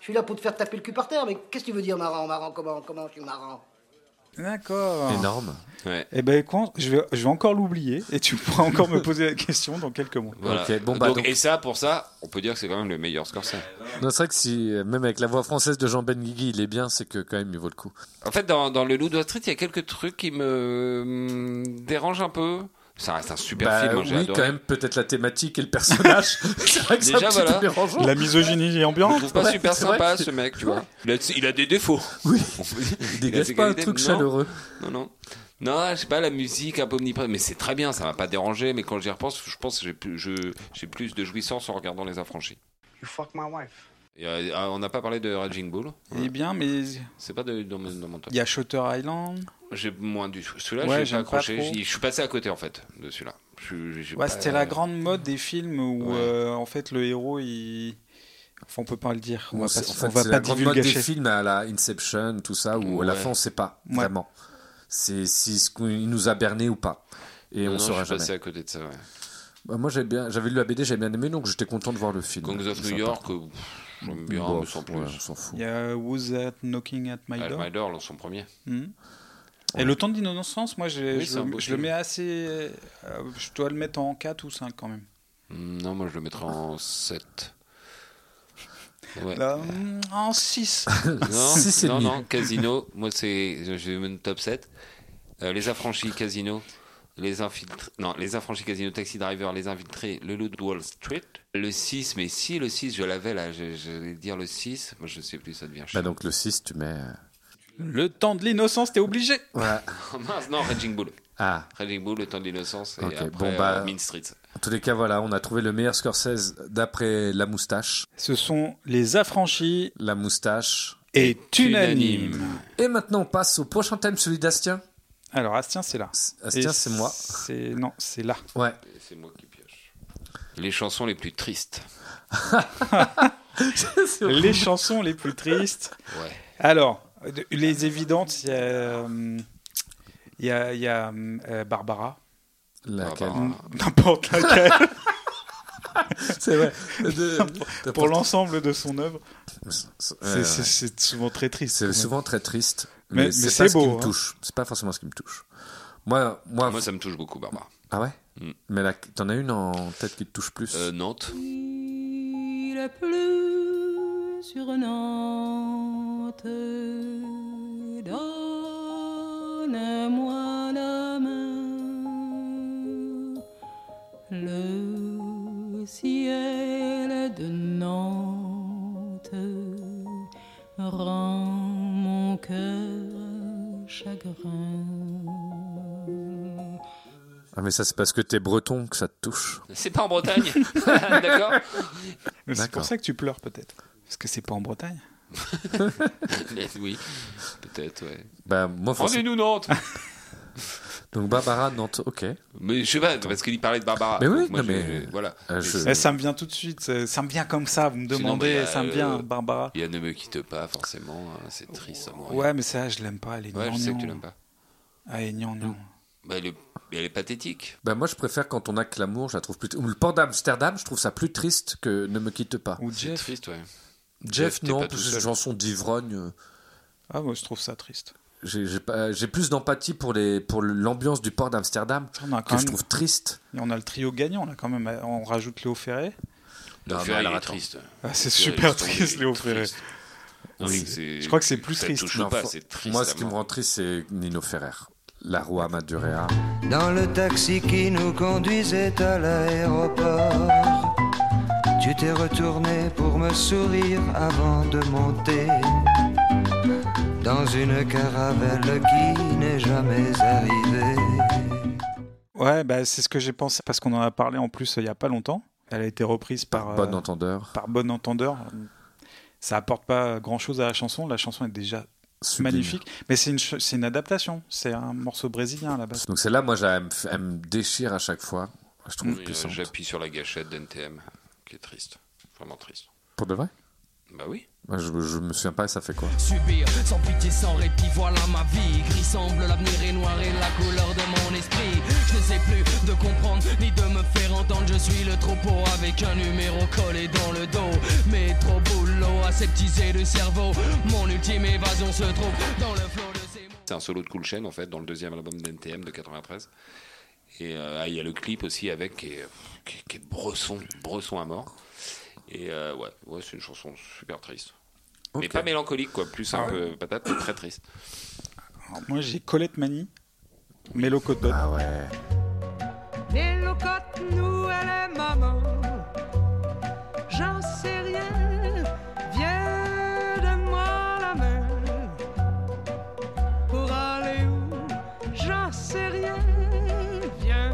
[SPEAKER 1] Je suis là pour te faire taper le cul par terre, mais qu'est-ce que tu veux dire marrant, marrant, comment, comment je suis marrant
[SPEAKER 4] D'accord
[SPEAKER 3] Énorme.
[SPEAKER 5] Ouais.
[SPEAKER 4] Eh ben, quand, je, vais, je vais encore l'oublier et tu pourras encore me poser la question dans quelques mois.
[SPEAKER 5] Voilà.
[SPEAKER 3] Ok, bon, bah,
[SPEAKER 5] Donc,
[SPEAKER 3] donc-
[SPEAKER 5] Et ça, pour ça, on peut dire que c'est quand même le meilleur score. ça.
[SPEAKER 3] Non, c'est vrai que si, euh, même avec la voix française de Jean Ben Guigui, il est bien, c'est que quand même, il vaut le coup.
[SPEAKER 5] En fait, dans, dans Le Loup de Wall Street, il y a quelques trucs qui me hum, dérangent un peu. Ça reste un super
[SPEAKER 3] Bah,
[SPEAKER 5] film, hein, j'ai
[SPEAKER 3] oui,
[SPEAKER 5] adoré.
[SPEAKER 3] quand même, peut-être la thématique et le personnage. c'est vrai que c'est un
[SPEAKER 5] Déjà,
[SPEAKER 3] petit
[SPEAKER 5] voilà.
[SPEAKER 3] peu dérangeant.
[SPEAKER 4] La misogynie est
[SPEAKER 5] Je
[SPEAKER 4] ambiante
[SPEAKER 5] trouve pas
[SPEAKER 3] Ouais,
[SPEAKER 5] super
[SPEAKER 3] c'est vrai
[SPEAKER 5] sympa
[SPEAKER 3] que c'est-
[SPEAKER 5] ce mec, tu vois. Il a, il a des défauts.
[SPEAKER 3] Oui,
[SPEAKER 5] Il
[SPEAKER 3] il dégage
[SPEAKER 5] ses
[SPEAKER 3] pas un
[SPEAKER 5] qualités,
[SPEAKER 3] truc
[SPEAKER 5] non.
[SPEAKER 3] chaleureux.
[SPEAKER 5] Non, non. Non, je sais pas, la musique un peu omniprésente, mais c'est très bien, ça m'a pas dérangé, mais quand j'y repense, je pense que j'ai plus, je- j'ai plus de jouissance en regardant Les Affranchis.
[SPEAKER 1] You fuck my wife.
[SPEAKER 5] Et, euh, ah, on n'a pas parlé de Raging Bull.
[SPEAKER 4] Eh
[SPEAKER 5] Ouais.
[SPEAKER 4] bien, mais
[SPEAKER 5] C'est pas de- dans, mon- dans mon top.
[SPEAKER 4] il y a Shutter Island.
[SPEAKER 5] J'ai moins du Celui-là,
[SPEAKER 4] Ouais,
[SPEAKER 5] je l'ai
[SPEAKER 4] j'aime
[SPEAKER 5] pas
[SPEAKER 4] pas
[SPEAKER 5] accroché.
[SPEAKER 4] trop.
[SPEAKER 5] J'y- Je suis passé à côté, en fait, de celui-là. Je- je- j'ai
[SPEAKER 4] Ouais,
[SPEAKER 5] pas-
[SPEAKER 4] c'était la grande mode des films où,
[SPEAKER 5] Ouais.
[SPEAKER 4] euh, en fait, le héros, il... Enfin, on peut pas le dire. On
[SPEAKER 3] Bon,
[SPEAKER 4] va
[SPEAKER 3] c'est-
[SPEAKER 4] pas,
[SPEAKER 3] en fait,
[SPEAKER 4] on va
[SPEAKER 3] c'est
[SPEAKER 4] pas
[SPEAKER 3] la grande mode des
[SPEAKER 4] divulgacher.
[SPEAKER 3] films à la Inception, tout ça, où à la
[SPEAKER 5] Ouais.
[SPEAKER 3] fin, on sait pas
[SPEAKER 4] Ouais.
[SPEAKER 3] vraiment. C'est si ce qu'on- il nous a berné ou pas. Et
[SPEAKER 5] Non,
[SPEAKER 3] on
[SPEAKER 5] non,
[SPEAKER 3] saura
[SPEAKER 5] je suis
[SPEAKER 3] jamais.
[SPEAKER 5] passé à côté de ça, ouais.
[SPEAKER 3] Bah, moi, j'avais bien, j'avais lu la BD, j'avais bien aimé, donc j'étais content de voir le film.
[SPEAKER 5] Gangs of
[SPEAKER 3] C'est sympa.
[SPEAKER 5] New York, euh, pff, j'aime bien,
[SPEAKER 3] Bof,
[SPEAKER 5] mais sans plus.
[SPEAKER 3] ouais, on s'en fout.
[SPEAKER 4] Il y a Who's That Knocking at My Door.
[SPEAKER 5] Alma Door, là, son premier.
[SPEAKER 4] Mhm. Et le temps d'innocence, moi, je,
[SPEAKER 5] Oui,
[SPEAKER 4] je
[SPEAKER 5] c'est un
[SPEAKER 4] le-
[SPEAKER 5] beau
[SPEAKER 4] je le
[SPEAKER 5] film.
[SPEAKER 4] mets assez. euh, je dois le mettre en 4 ou 5 quand même.
[SPEAKER 5] Hmm, Non, moi, je le mettrais en 7. Ouais.
[SPEAKER 4] Là, mm, en 6.
[SPEAKER 5] Non,
[SPEAKER 3] Six et
[SPEAKER 5] non,
[SPEAKER 3] demi.
[SPEAKER 5] non, Casino, moi c'est je- j'ai une top 7. Euh, les affranchis Casino, les infiltrés, non, les affranchis Casino, Taxi Driver, les infiltrés, le loup de Wall Street, le 6, mais si le 6, je l'avais là, je, je vais dire le 6, moi je sais plus, ça devient
[SPEAKER 3] Bah,
[SPEAKER 5] chiant.
[SPEAKER 3] donc, le 6, tu mets. euh,
[SPEAKER 4] Le temps de l'innocence, t'es obligé.
[SPEAKER 3] Voilà.
[SPEAKER 5] Oh, mince, non, Raging Bull.
[SPEAKER 3] Ah,
[SPEAKER 5] Raging Bull, le temps de l'innocence. Et
[SPEAKER 3] Ok,
[SPEAKER 5] après,
[SPEAKER 3] bon, bah-
[SPEAKER 5] euh, Mean Streets.
[SPEAKER 3] en tous les cas, voilà, on a trouvé le meilleur Scorsese d'après La Moustache.
[SPEAKER 4] Ce sont les affranchis
[SPEAKER 3] La Moustache.
[SPEAKER 4] et
[SPEAKER 5] unanime.
[SPEAKER 4] unanime.
[SPEAKER 3] Et maintenant, on passe au prochain thème, celui d'Astien.
[SPEAKER 4] Alors, Astien, c'est là.
[SPEAKER 3] S- Ah, Astien,
[SPEAKER 4] Et
[SPEAKER 3] c'est moi.
[SPEAKER 4] c'est- Non, c'est là.
[SPEAKER 3] Ouais.
[SPEAKER 5] Et c'est moi qui pioche. Les chansons les plus tristes.
[SPEAKER 4] Les chansons les plus tristes.
[SPEAKER 5] Ouais.
[SPEAKER 4] Alors, de- les évidentes, il y a, euh, il y a, il y a, euh, Barbara.
[SPEAKER 3] Laquelle
[SPEAKER 5] Ah bah,
[SPEAKER 4] N'importe laquelle,
[SPEAKER 3] C'est vrai. De-
[SPEAKER 4] pour l'ensemble de son œuvre. C'est-
[SPEAKER 3] Ouais,
[SPEAKER 4] C'est
[SPEAKER 3] ouais.
[SPEAKER 4] c'est souvent très triste.
[SPEAKER 3] euh, C'est souvent très triste,
[SPEAKER 4] Mais-
[SPEAKER 3] mais,
[SPEAKER 4] mais
[SPEAKER 3] c'est
[SPEAKER 4] c'est
[SPEAKER 3] pas ce qui
[SPEAKER 4] beau,
[SPEAKER 3] me
[SPEAKER 4] hein.
[SPEAKER 3] touche. C'est pas forcément ce qui me touche. Moi, moi,
[SPEAKER 5] Moi, ça me touche beaucoup, Barbara.
[SPEAKER 3] ah ouais.
[SPEAKER 5] Mm.
[SPEAKER 3] Mais là, t'en as une en tête qui te touche plus.
[SPEAKER 5] Euh, Nantes.
[SPEAKER 10] Il a plu sur Nantes. Donne-moi la main. Le ciel de Nantes rend mon cœur chagrin.
[SPEAKER 3] Ah, mais ça, c'est parce que t'es breton que ça te touche.
[SPEAKER 5] C'est pas en Bretagne. D'accord
[SPEAKER 4] Mais C'est
[SPEAKER 3] D'accord.
[SPEAKER 4] pour ça que tu pleures peut-être. Parce que c'est pas en Bretagne.
[SPEAKER 5] Mais Oui. Peut-être, ouais.
[SPEAKER 3] Bah, moi, forcément.
[SPEAKER 5] Rendez-nous Nantes
[SPEAKER 3] Donc, Barbara, Nantes, ok.
[SPEAKER 5] Mais je sais pas, parce qu'il parlait de Barbara.
[SPEAKER 3] Mais
[SPEAKER 5] Donc
[SPEAKER 3] oui,
[SPEAKER 5] moi,
[SPEAKER 3] non,
[SPEAKER 5] je-
[SPEAKER 3] mais-
[SPEAKER 5] je- Voilà.
[SPEAKER 3] Euh, je-
[SPEAKER 5] Mais
[SPEAKER 4] Eh, ça me vient tout de suite. Ça ça me vient comme ça. Vous me
[SPEAKER 5] Sinon,
[SPEAKER 4] demandez.
[SPEAKER 5] bah, euh,
[SPEAKER 4] ça me vient, Barbara.
[SPEAKER 5] Il y a Ne me quitte pas, forcément. hein, C'est triste à mourir.
[SPEAKER 4] Ouais, mais ça, je l'aime pas. Elle est
[SPEAKER 5] Ouais, je sais que tu l'aimes
[SPEAKER 4] gnangnan.
[SPEAKER 5] pas.
[SPEAKER 4] Ah, Elle est gnangnan.
[SPEAKER 5] Bah, elle, est... elle est pathétique.
[SPEAKER 3] Bah, moi, je préfère quand on a que l'amour, je la trouve plus. Ou le port d'Amsterdam, je trouve ça plus triste que Ne me quitte pas.
[SPEAKER 4] Ou
[SPEAKER 5] C'est
[SPEAKER 4] Jeff.
[SPEAKER 5] triste, ouais.
[SPEAKER 3] Jeff,
[SPEAKER 5] Jeff, t'es
[SPEAKER 3] non,
[SPEAKER 5] pas
[SPEAKER 3] parce que
[SPEAKER 5] tout
[SPEAKER 3] c'est
[SPEAKER 5] seul.
[SPEAKER 3] une chanson d'ivrogne. euh,
[SPEAKER 4] Ah, moi, je trouve ça triste.
[SPEAKER 3] J'ai j'ai pas- j'ai plus d'empathie pour les- pour l'ambiance du port d'Amsterdam
[SPEAKER 4] On a,
[SPEAKER 3] que
[SPEAKER 4] quand
[SPEAKER 3] je
[SPEAKER 4] même-
[SPEAKER 3] trouve triste.
[SPEAKER 4] on a le trio gagnant, là, quand même. On rajoute Léo Ferré.
[SPEAKER 5] Non,
[SPEAKER 3] mais
[SPEAKER 5] Ferrari,
[SPEAKER 3] alors,
[SPEAKER 5] il est
[SPEAKER 3] attends.
[SPEAKER 5] triste.
[SPEAKER 4] Ah, c'est
[SPEAKER 5] Ferrari,
[SPEAKER 4] super
[SPEAKER 5] il est
[SPEAKER 4] triste, Léo Ferré.
[SPEAKER 5] triste. Non, mais c'est-
[SPEAKER 4] Je crois que c'est plus
[SPEAKER 5] ça
[SPEAKER 4] triste.
[SPEAKER 5] touche
[SPEAKER 3] Non,
[SPEAKER 5] pas,
[SPEAKER 3] faut-
[SPEAKER 5] c'est triste.
[SPEAKER 3] Moi,
[SPEAKER 5] à
[SPEAKER 3] ce qui me
[SPEAKER 5] mort.
[SPEAKER 3] rend triste, c'est Nino Ferrer. La Roi Madurea.
[SPEAKER 11] Dans le taxi qui nous conduisait à l'aéroport, tu t'es retourné pour me sourire avant de monter dans une caravelle qui n'est jamais arrivée.
[SPEAKER 4] Ouais, bah, c'est ce que j'ai pensé parce qu'on en a parlé en plus euh, il y a pas longtemps. Elle a été reprise par, euh,
[SPEAKER 3] Bon entendeur.
[SPEAKER 4] par Bon Entendeur. Ça apporte pas grand chose à la chanson. La chanson est déjà
[SPEAKER 3] Sublime.
[SPEAKER 4] magnifique. Mais c'est une, ch- c'est une adaptation. C'est un morceau brésilien à la base.
[SPEAKER 3] Donc celle-là, moi, j'ai- elle me, fait- elle me déchire à chaque fois. Je trouve
[SPEAKER 5] Mais, euh,
[SPEAKER 3] puissante.
[SPEAKER 5] J'appuie sur la gâchette d'NTM, qui est triste. Vraiment triste.
[SPEAKER 3] Pour de vrai
[SPEAKER 5] Bah oui.
[SPEAKER 3] Moi, je, je me souviens pas, ça fait quoi
[SPEAKER 10] Subir sans pitié, sans répit, voilà ma vie. Gris semble l'avenir est noir et la couleur de mon esprit. Je ne sais plus de comprendre ni de me faire entendre. Je suis le troupeau avec un numéro collé dans le dos. Mais trop boulot, aseptisé le cerveau. Mon ultime évasion se trouve dans le flot de ces mots.
[SPEAKER 5] C'est un solo de Cool Chain, en fait, dans le deuxième album d'NTM de 93. Et euh, ah, il y a le clip aussi avec, qui est, qui est- qui est bresson, bresson à mort. Et euh, ouais, ouais c'est une chanson super triste. Mais
[SPEAKER 3] Ok.
[SPEAKER 5] pas mélancolique, quoi. Plus
[SPEAKER 4] Ah
[SPEAKER 5] un peu patate, mais très triste. Ah,
[SPEAKER 4] Alors, moi, j'ai Colette Mani, Mélocotone.
[SPEAKER 3] Ah ouais.
[SPEAKER 10] Mélocote, nous, elle est maman. J'en sais rien, viens de moi la main. Pour aller où J'en sais rien, viens.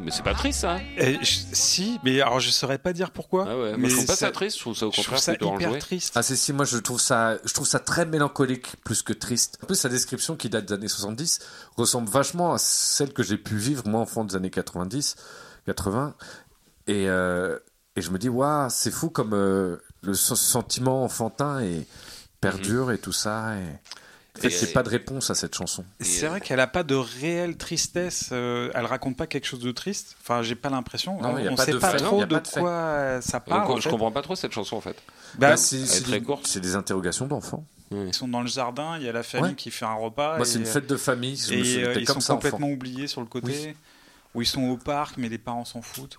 [SPEAKER 5] Mais c'est pas triste, ça.
[SPEAKER 4] Eh, je- si, mais alors je saurais pas dire pourquoi.
[SPEAKER 5] Ah ouais,
[SPEAKER 4] mais
[SPEAKER 5] moi, je trouve pas ça,
[SPEAKER 4] ça-
[SPEAKER 5] triste, je trouve ça au
[SPEAKER 4] je trouve
[SPEAKER 5] contraire
[SPEAKER 4] ça
[SPEAKER 5] plutôt
[SPEAKER 4] hyper
[SPEAKER 5] enjoué.
[SPEAKER 4] triste.
[SPEAKER 3] Ah si, si, moi, je trouve, ça, je trouve ça très mélancolique, plus que triste. En plus, sa description, qui date des années 70, ressemble vachement à celle que j'ai pu vivre, moi, enfant des années 90, 80. Et, euh, et je me dis, waouh, c'est fou comme euh, le sen- sentiment enfantin et perdure
[SPEAKER 4] Mhm.
[SPEAKER 3] et tout ça. Et... En fait,
[SPEAKER 5] Et-
[SPEAKER 3] j'ai pas de réponse à cette chanson.
[SPEAKER 4] C'est
[SPEAKER 5] euh,
[SPEAKER 4] vrai qu'elle a pas de réelle tristesse. euh, elle raconte pas quelque chose de triste. Enfin, j'ai pas l'impression.
[SPEAKER 3] Non,
[SPEAKER 4] on
[SPEAKER 3] il y a
[SPEAKER 4] on
[SPEAKER 3] pas
[SPEAKER 4] sait
[SPEAKER 3] de
[SPEAKER 4] pas
[SPEAKER 3] fait, il y
[SPEAKER 4] trop
[SPEAKER 3] a
[SPEAKER 4] de
[SPEAKER 3] pas de fait.
[SPEAKER 4] quoi euh, ça
[SPEAKER 5] Donc,
[SPEAKER 4] parle. en
[SPEAKER 5] je
[SPEAKER 4] fait.
[SPEAKER 5] comprends pas trop cette chanson, en fait.
[SPEAKER 4] Bah,
[SPEAKER 3] Bah, c'est
[SPEAKER 5] elle est
[SPEAKER 3] c'est
[SPEAKER 5] très
[SPEAKER 3] des-
[SPEAKER 5] courte.
[SPEAKER 3] c'est des interrogations d'enfants.
[SPEAKER 4] ils sont dans le jardin. Il y a la famille
[SPEAKER 3] Ouais.
[SPEAKER 4] qui fait un repas.
[SPEAKER 3] Moi, c'est
[SPEAKER 4] Ah, et,
[SPEAKER 3] une fête de famille. Je me
[SPEAKER 4] et,
[SPEAKER 3] souviens,
[SPEAKER 4] euh,
[SPEAKER 3] j'étais
[SPEAKER 4] ils
[SPEAKER 3] comme
[SPEAKER 4] sont
[SPEAKER 3] ça, enfant.
[SPEAKER 4] complètement oubliés sur le côté. Où ils sont au parc, mais les parents s'en foutent.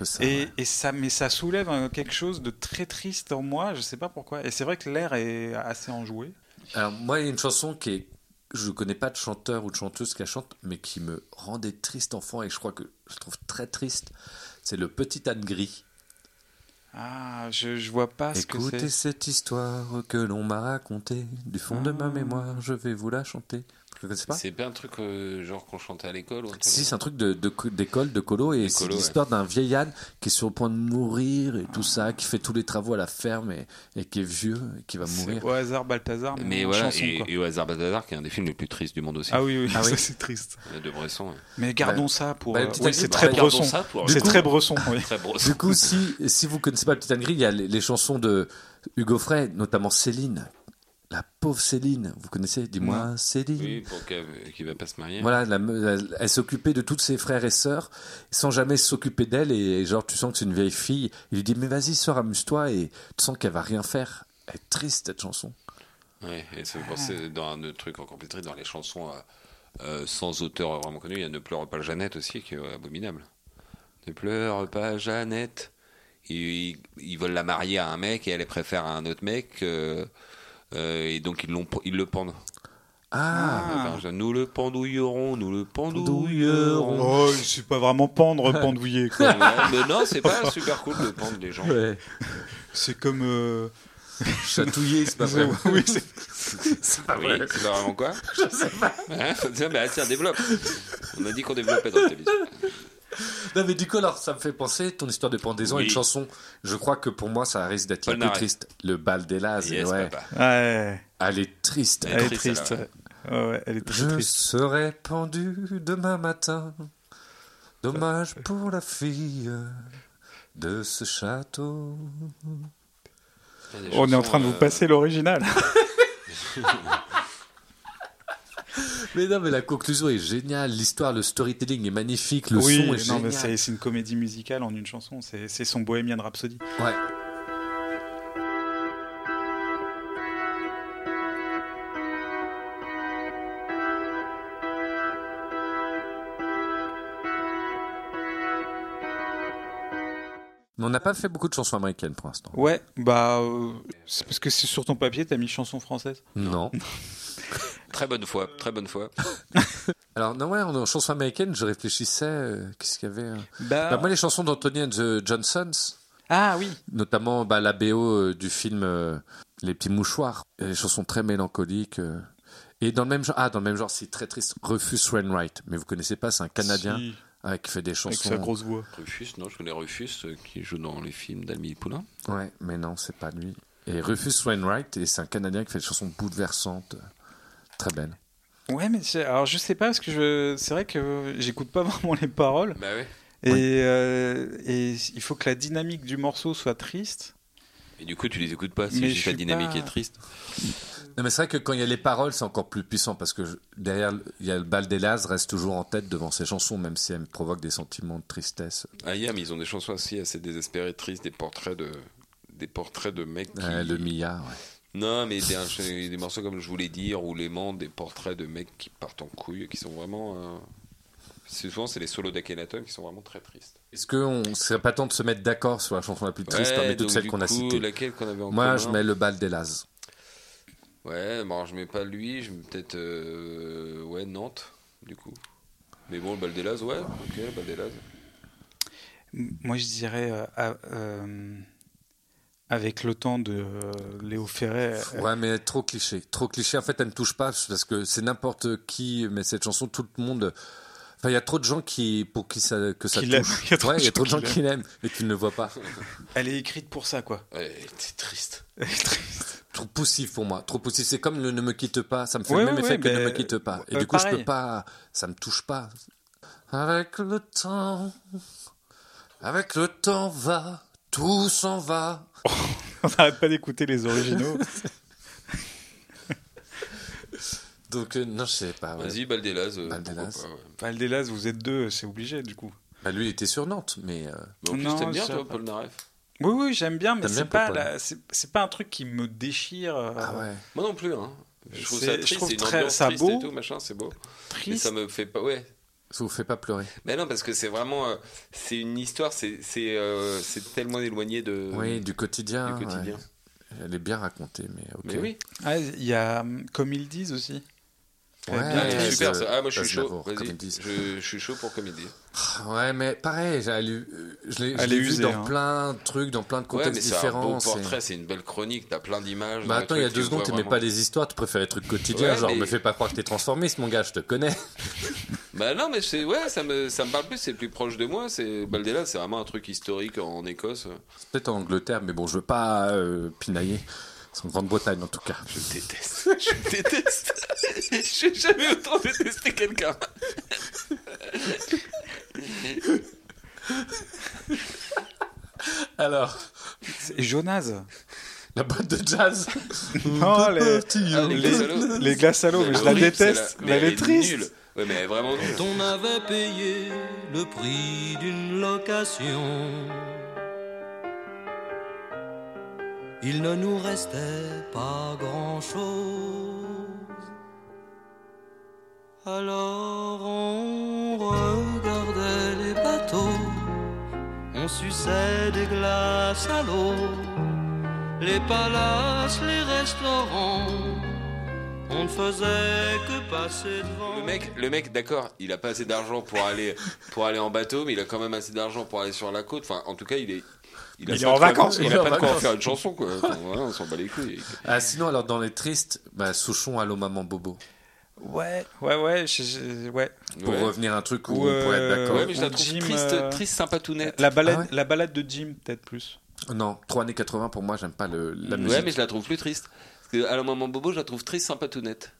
[SPEAKER 3] Ça,
[SPEAKER 4] Et, et ça, mais ça soulève euh, quelque chose de très triste en moi. Je sais pas pourquoi. Et c'est vrai que l'air est assez enjoué.
[SPEAKER 3] Alors, moi, il y a une chanson qui est. Je ne connais pas de chanteur ou de chanteuse qui la chante, mais qui me rendait triste enfant et je crois que je trouve très triste. C'est le Petit Âne Gris.
[SPEAKER 4] Ah, je, je vois pas ce que c'est.
[SPEAKER 3] Écoutez cette histoire que l'on m'a racontée. Du fond de ma mémoire, je vais vous la chanter. Vous connaissez pas
[SPEAKER 5] C'est pas un truc euh, genre qu'on chantait à l'école ou un truc
[SPEAKER 3] Si, c'est un truc de- de co- d'école, de, colo, et c'est
[SPEAKER 5] colos,
[SPEAKER 3] l'histoire d'un vieil âne qui est sur le point de mourir et tout ça, qui fait tous les travaux à la ferme et, et qui est vieux et qui va mourir.
[SPEAKER 4] Au hasard, Balthazar.
[SPEAKER 5] Mais
[SPEAKER 4] en
[SPEAKER 5] voilà,
[SPEAKER 4] chanson,
[SPEAKER 5] et,
[SPEAKER 4] quoi.
[SPEAKER 5] et au hasard Balthazar, qui est un des films les plus tristes du monde aussi.
[SPEAKER 4] Ah oui, oui, ça, c'est triste.
[SPEAKER 5] De Bresson. ouais.
[SPEAKER 4] Mais gardons ça pour.
[SPEAKER 3] bah,
[SPEAKER 4] euh,
[SPEAKER 3] le petit
[SPEAKER 4] oui,
[SPEAKER 3] acte-
[SPEAKER 4] c'est
[SPEAKER 3] bah,
[SPEAKER 4] très
[SPEAKER 3] gardons
[SPEAKER 4] bresson.
[SPEAKER 3] ça pour-
[SPEAKER 4] C'est
[SPEAKER 3] Du coup-
[SPEAKER 4] très bresson, oui.
[SPEAKER 3] Du coup, si, si vous connaissez pas Petite Anne Gris, il y a les, les chansons de Hugo Frey, notamment Céline. La pauvre Céline, vous connaissez Dis-moi, Céline.
[SPEAKER 5] Oui, pour qu'elle- qu'il va pas se marier.
[SPEAKER 3] Mm-hmm. Voilà, la me- la- elle s'occupait de tous ses frères et sœurs sans jamais s'occuper d'elle. Et, genre, tu sens que c'est une vieille fille. Il lui dit Mais vas-y, sœur, amuse-toi. Et tu sens qu'elle va rien faire. Elle est triste, cette chanson.
[SPEAKER 5] hein. Ouais, et ça me fait penser dans un autre truc encore plus triste, dans les chansons euh, euh, sans auteur vraiment connu, il y a Ne pleure pas Jeannette aussi, qui est euh, abominable. Ne pleure pas Jeannette. Ils, ils veulent la marier à un mec et elle les préfère à un autre mec. euh, euh, et donc ils, l'ont- ils le pendent.
[SPEAKER 3] Ah.
[SPEAKER 5] Enfin, je- nous le pendouillerons, nous le pendouillerons.
[SPEAKER 4] Oh, c'est pas vraiment pendre, pendouiller. quoi.
[SPEAKER 5] Ouais, mais non, c'est pas super cool de pendre les gens.
[SPEAKER 4] C'est comme. euh,
[SPEAKER 3] Chatouiller, c'est pas vrai.
[SPEAKER 4] Oui, c'est-
[SPEAKER 3] C'est pas
[SPEAKER 5] Oui,
[SPEAKER 3] vrai.
[SPEAKER 5] c'est pas vraiment quoi
[SPEAKER 3] Ah Je sais pas.
[SPEAKER 5] Hein Tiens, bah, tiens, développe. On a dit qu'on développait dans cette émission.
[SPEAKER 3] Non, mais du coup, alors, ça me fait penser ton histoire de pendaison
[SPEAKER 5] Oui.
[SPEAKER 3] et une chanson. Je crois que pour moi, ça risque d'être la plus
[SPEAKER 5] Polnareff.
[SPEAKER 3] triste. Le bal des Lazes.
[SPEAKER 5] Yes, bah,
[SPEAKER 3] ouais.
[SPEAKER 5] papa.
[SPEAKER 4] Ouais.
[SPEAKER 3] Elle est triste.
[SPEAKER 5] Elle est Elle est triste, triste,
[SPEAKER 4] Ouais, ouais, elle est très
[SPEAKER 3] Je
[SPEAKER 4] triste.
[SPEAKER 3] serai pendu demain matin. Dommage pour la fille de ce château.
[SPEAKER 5] Il y a des
[SPEAKER 4] On est en
[SPEAKER 5] chansons,
[SPEAKER 4] train de vous
[SPEAKER 5] euh,
[SPEAKER 4] passer l'original.
[SPEAKER 3] Mais non, mais la conclusion est géniale. L'histoire, le storytelling est magnifique. Le
[SPEAKER 4] oui,
[SPEAKER 3] son est
[SPEAKER 4] non,
[SPEAKER 3] génial.
[SPEAKER 4] mais c'est c'est une comédie musicale en une chanson. C'est c'est son Bohemian Rhapsody.
[SPEAKER 3] Ouais. Mais on n'a pas fait beaucoup de chansons américaines pour l'instant.
[SPEAKER 4] Ouais, bah. euh, c'est parce que c'est sur ton papier, t'as mis chanson française.
[SPEAKER 3] Non.
[SPEAKER 5] Très bonne foi, très bonne foi.
[SPEAKER 3] Alors, non, ouais, en chanson américaine, je réfléchissais. euh, Qu'est-ce qu'il y avait euh
[SPEAKER 4] Bah-
[SPEAKER 3] Bah, Moi, les chansons d'Anthony and the Johnsons,
[SPEAKER 4] Ah oui.
[SPEAKER 3] notamment bah, la BO euh, du film euh, Les Petits Mouchoirs, et les chansons très mélancoliques. euh. Et dans le même genre, ah, dans le même genre, c'est très triste, Rufus Wainwright. Mais vous connaissez pas, c'est un Canadien
[SPEAKER 4] Si.
[SPEAKER 3] ouais, qui fait des
[SPEAKER 4] Avec
[SPEAKER 3] chansons.
[SPEAKER 4] sa grosse voix.
[SPEAKER 5] Rufus, non, je connais Rufus euh, qui joue dans les films d'Ami Poulain.
[SPEAKER 3] Ouais, mais non, c'est pas lui. Et Rufus Wainwright, et c'est un Canadien qui fait des chansons bouleversantes, euh, très belles.
[SPEAKER 4] Ouais, mais c'est- alors je sais pas, parce que je... c'est vrai que j'écoute pas vraiment les paroles.
[SPEAKER 5] Bah ouais.
[SPEAKER 4] Et, euh, et il faut que la dynamique du morceau soit triste.
[SPEAKER 5] Et du coup, tu les écoutes pas,
[SPEAKER 4] Mais
[SPEAKER 5] c'est
[SPEAKER 4] je
[SPEAKER 5] juste la
[SPEAKER 4] suis
[SPEAKER 5] dynamique
[SPEAKER 4] pas-
[SPEAKER 5] est triste.
[SPEAKER 3] Non, mais c'est vrai que quand il y a les paroles, c'est encore plus puissant parce que je- derrière, il y a le bal des Lazes reste toujours en tête devant ses chansons, même si elles provoquent des sentiments de tristesse.
[SPEAKER 5] Ah, Yam, ils ont des chansons aussi assez désespérées, tristes, des portraits de, des portraits de mecs. Qui...
[SPEAKER 3] Ouais, Euh, le milliard, ouais.
[SPEAKER 5] Non, mais des, des morceaux comme je voulais dire ou l'aimant, des portraits de mecs qui partent en couille, qui sont vraiment. euh, c'est Souvent, c'est les solos d'Akhenaton qui sont vraiment très tristes.
[SPEAKER 3] Est-ce qu'on serait pas temps de se mettre d'accord sur la chanson la plus triste
[SPEAKER 5] Ouais,
[SPEAKER 3] parmi toutes
[SPEAKER 5] donc,
[SPEAKER 3] celles
[SPEAKER 5] du
[SPEAKER 3] qu'on a
[SPEAKER 5] coup,
[SPEAKER 3] citées
[SPEAKER 5] laquelle qu'on avait en
[SPEAKER 3] Moi,
[SPEAKER 5] commun
[SPEAKER 3] je mets le bal des Lazes.
[SPEAKER 5] Ouais, bon, alors, je mets pas lui, je mets peut-être. euh, Ouais, Nantes, du coup. Mais bon, le bal des Lazes, ouais, ok, le bal des Lazes.
[SPEAKER 3] Ah
[SPEAKER 4] M- Moi, je dirais euh, à- euh, avec le temps de euh, Léo Ferré. euh,
[SPEAKER 3] Ouais, mais trop cliché. Trop cliché. En fait, elle me touche pas parce que c'est n'importe qui, mais cette chanson, tout le monde. Enfin, il y a trop de gens qui, pour qui ça, que ça
[SPEAKER 4] Qui l'aiment.
[SPEAKER 3] touche.
[SPEAKER 4] Il y a trop
[SPEAKER 3] Ouais,
[SPEAKER 4] de
[SPEAKER 3] il y a trop de
[SPEAKER 4] gens
[SPEAKER 3] gens
[SPEAKER 4] qui
[SPEAKER 3] qui l'aiment et qui ne le voient pas.
[SPEAKER 4] Elle est écrite pour ça, quoi.
[SPEAKER 5] Ouais, c'est triste.
[SPEAKER 3] Trop poussif pour moi. Trop poussif. C'est comme le Ne me quitte pas. Ça me fait
[SPEAKER 4] Ouais,
[SPEAKER 3] le même
[SPEAKER 4] ouais,
[SPEAKER 3] effet
[SPEAKER 4] ouais,
[SPEAKER 3] que Ne
[SPEAKER 4] mais-
[SPEAKER 3] me quitte pas. Et
[SPEAKER 4] euh,
[SPEAKER 3] du coup, je
[SPEAKER 4] pareil.
[SPEAKER 3] peux pas. Ça me touche pas. Avec le temps. Avec le temps va. Tout s'en va.
[SPEAKER 4] On n'arrête pas d'écouter les originaux.
[SPEAKER 3] Donc, euh, non, je sais pas. ouais.
[SPEAKER 5] Vas-y, bal des Lazes. euh,
[SPEAKER 3] Bal des
[SPEAKER 5] pourquoi
[SPEAKER 3] Lazes.
[SPEAKER 5] pas, ouais.
[SPEAKER 4] Valdélas, vous êtes deux, c'est obligé, du coup.
[SPEAKER 3] Bah, lui, il était sur Nantes, mais. euh,
[SPEAKER 5] Mais Bah, en plus,
[SPEAKER 4] Non,
[SPEAKER 5] t'aimes bien,
[SPEAKER 4] ça
[SPEAKER 5] toi,
[SPEAKER 4] va.
[SPEAKER 5] Paul Naref
[SPEAKER 4] Oui, oui, j'aime bien, mais
[SPEAKER 3] T'aimes
[SPEAKER 4] c'est
[SPEAKER 3] bien
[SPEAKER 4] pas,
[SPEAKER 3] Popol.
[SPEAKER 4] la- c'est c'est pas un truc qui me déchire. euh,
[SPEAKER 3] Ah ouais.
[SPEAKER 5] Moi non plus, hein. Je trouve
[SPEAKER 4] C'est-
[SPEAKER 5] ça
[SPEAKER 4] je
[SPEAKER 5] triste,
[SPEAKER 4] trouve
[SPEAKER 5] c'est une
[SPEAKER 4] très-
[SPEAKER 5] ambiance
[SPEAKER 4] ça
[SPEAKER 5] triste
[SPEAKER 4] beau.
[SPEAKER 5] et tout, machin, c'est beau. Mais
[SPEAKER 4] Triste.
[SPEAKER 5] ça me fait pas. Ouais.
[SPEAKER 3] Ça vous fait pas pleurer.
[SPEAKER 5] Mais non, parce que c'est vraiment. euh, c'est une histoire, c'est c'est, euh, c'est tellement éloigné de.
[SPEAKER 3] Oui, du quotidien.
[SPEAKER 5] Euh, du quotidien.
[SPEAKER 3] ouais. Elle est bien racontée, mais ok.
[SPEAKER 5] Mais oui.
[SPEAKER 4] Ah, Il y a, hum, comme ils disent aussi.
[SPEAKER 5] Eh bien, super ça. Ah, moi je suis chaud. Vas-y. Je, je suis chaud pour comédie.
[SPEAKER 3] Ouais, mais pareil, j'ai lu- euh, je l'ai je
[SPEAKER 5] Elle
[SPEAKER 3] l'ai
[SPEAKER 5] est
[SPEAKER 3] vu
[SPEAKER 5] usée,
[SPEAKER 3] dans
[SPEAKER 5] hein.
[SPEAKER 3] plein de trucs, dans plein de
[SPEAKER 5] Ouais,
[SPEAKER 3] contextes
[SPEAKER 5] mais c'est un
[SPEAKER 3] différents.
[SPEAKER 5] beau
[SPEAKER 3] c'est-
[SPEAKER 5] portrait, c'est une belle chronique, t'as plein d'images.
[SPEAKER 3] Bah
[SPEAKER 5] de
[SPEAKER 3] attends, il y a
[SPEAKER 5] trucs,
[SPEAKER 3] deux
[SPEAKER 5] tu
[SPEAKER 3] secondes,
[SPEAKER 5] vois
[SPEAKER 3] t'aimais
[SPEAKER 5] vraiment.
[SPEAKER 3] pas les histoires, tu préfères les trucs quotidiens.
[SPEAKER 5] Ouais,
[SPEAKER 3] genre,
[SPEAKER 5] mais-
[SPEAKER 3] me fais pas croire que t'es transformiste, mon gars, je te connais.
[SPEAKER 5] Bah non, mais c'est ouais, ça me ça me parle plus, c'est plus proche de moi. C'est Baldella, c'est vraiment un truc historique en Écosse.
[SPEAKER 3] C'est peut-être en Angleterre, mais bon, je veux pas euh, pinailler. C'est en Grande-Bretagne en tout cas.
[SPEAKER 5] Je déteste. Je déteste. J'ai jamais autant détesté quelqu'un.
[SPEAKER 3] Alors.
[SPEAKER 4] C'est Jonas.
[SPEAKER 3] La boîte de jazz.
[SPEAKER 4] non, Oh, les,
[SPEAKER 3] hein.
[SPEAKER 4] les, les, glaces à l'eau, Ah mais je la déteste. Mais elle est
[SPEAKER 5] nulle.
[SPEAKER 4] triste.
[SPEAKER 5] Ouais, mais elle est vraiment nulle.
[SPEAKER 12] Quand on avait payé le prix d'une location, il ne nous restait pas grand-chose. Alors on regardait les bateaux, on suçait des glaces à l'eau, les palaces, les restaurants, on ne faisait que passer devant.
[SPEAKER 5] Le mec, le mec, d'accord, il a pas assez d'argent pour aller pour aller en bateau, mais il a quand même assez d'argent pour aller sur la côte. Enfin, en tout cas, il est a
[SPEAKER 3] Il
[SPEAKER 5] pas
[SPEAKER 3] est en
[SPEAKER 5] de quoi-
[SPEAKER 3] vacances,
[SPEAKER 5] Il
[SPEAKER 3] il
[SPEAKER 5] a
[SPEAKER 3] est en
[SPEAKER 5] pas de quoi en
[SPEAKER 3] vacances.
[SPEAKER 5] faire une chanson quoi. Enfin, voilà, on s'en bat les couilles.
[SPEAKER 3] Ah, sinon, alors dans les tristes, bah, Souchon, Allô Maman Bobo.
[SPEAKER 4] Ouais, ouais, ouais. je- je- ouais.
[SPEAKER 3] Pour
[SPEAKER 4] Ouais.
[SPEAKER 3] revenir à un truc où
[SPEAKER 4] Ou,
[SPEAKER 3] on pourrait être d'accord.
[SPEAKER 5] Euh, ouais, mais je la
[SPEAKER 4] ou
[SPEAKER 5] trouve
[SPEAKER 4] Jim,
[SPEAKER 5] triste-
[SPEAKER 4] euh,
[SPEAKER 5] triste, sympatounette.
[SPEAKER 4] La balade,
[SPEAKER 5] Ah ouais
[SPEAKER 4] la balade de Jim, peut-être plus.
[SPEAKER 3] Non, 3 années 80, pour moi, j'aime pas le, la musique.
[SPEAKER 5] Ouais, mais je la trouve plus triste. Parce que, à la maman Bobo, je la trouve triste, sympatounette.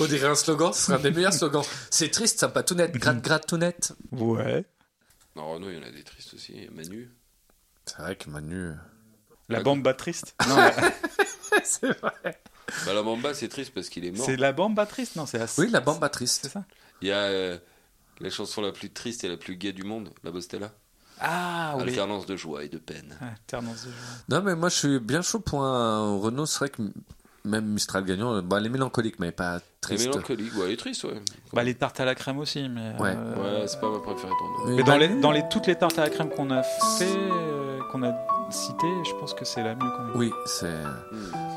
[SPEAKER 3] On dirait un slogan, ce sera un des meilleurs slogans. C'est triste, sympa, tout net, gratte, gratte, tout net.
[SPEAKER 4] Ouais.
[SPEAKER 5] Non, Renaud, il y en a des tristes aussi. Il y a Manu.
[SPEAKER 3] C'est vrai que Manu. euh,
[SPEAKER 4] La bamba triste.
[SPEAKER 5] Non,
[SPEAKER 3] c'est vrai.
[SPEAKER 5] Bah, la Mamba, c'est triste parce qu'il est mort.
[SPEAKER 4] C'est la bamba triste, non C'est la.
[SPEAKER 3] Oui, la bamba triste. C'est
[SPEAKER 4] ça.
[SPEAKER 5] Il y a euh, la chanson la plus triste et la plus gaie du monde, la Bostella.
[SPEAKER 4] Ah oui.
[SPEAKER 5] Alternance de joie et de peine.
[SPEAKER 4] Alternance de joie.
[SPEAKER 3] Non, mais moi, je suis bien chaud pour un Renault. C'est vrai que même Mistral gagnant, bah, elle est mélancolique, mais pas
[SPEAKER 5] Et
[SPEAKER 3] triste.
[SPEAKER 5] mélancolique, ouais, elle est triste, ouais.
[SPEAKER 4] Bah, les tartes à la crème aussi, mais. euh,
[SPEAKER 3] Ouais.
[SPEAKER 5] Ouais, c'est pas ma préférée pour nous.
[SPEAKER 4] Mais dans, les, dans les, toutes les tartes à la crème qu'on a fait, euh, qu'on a citées, je pense que c'est la mieux quand même.
[SPEAKER 3] Oui, c'est.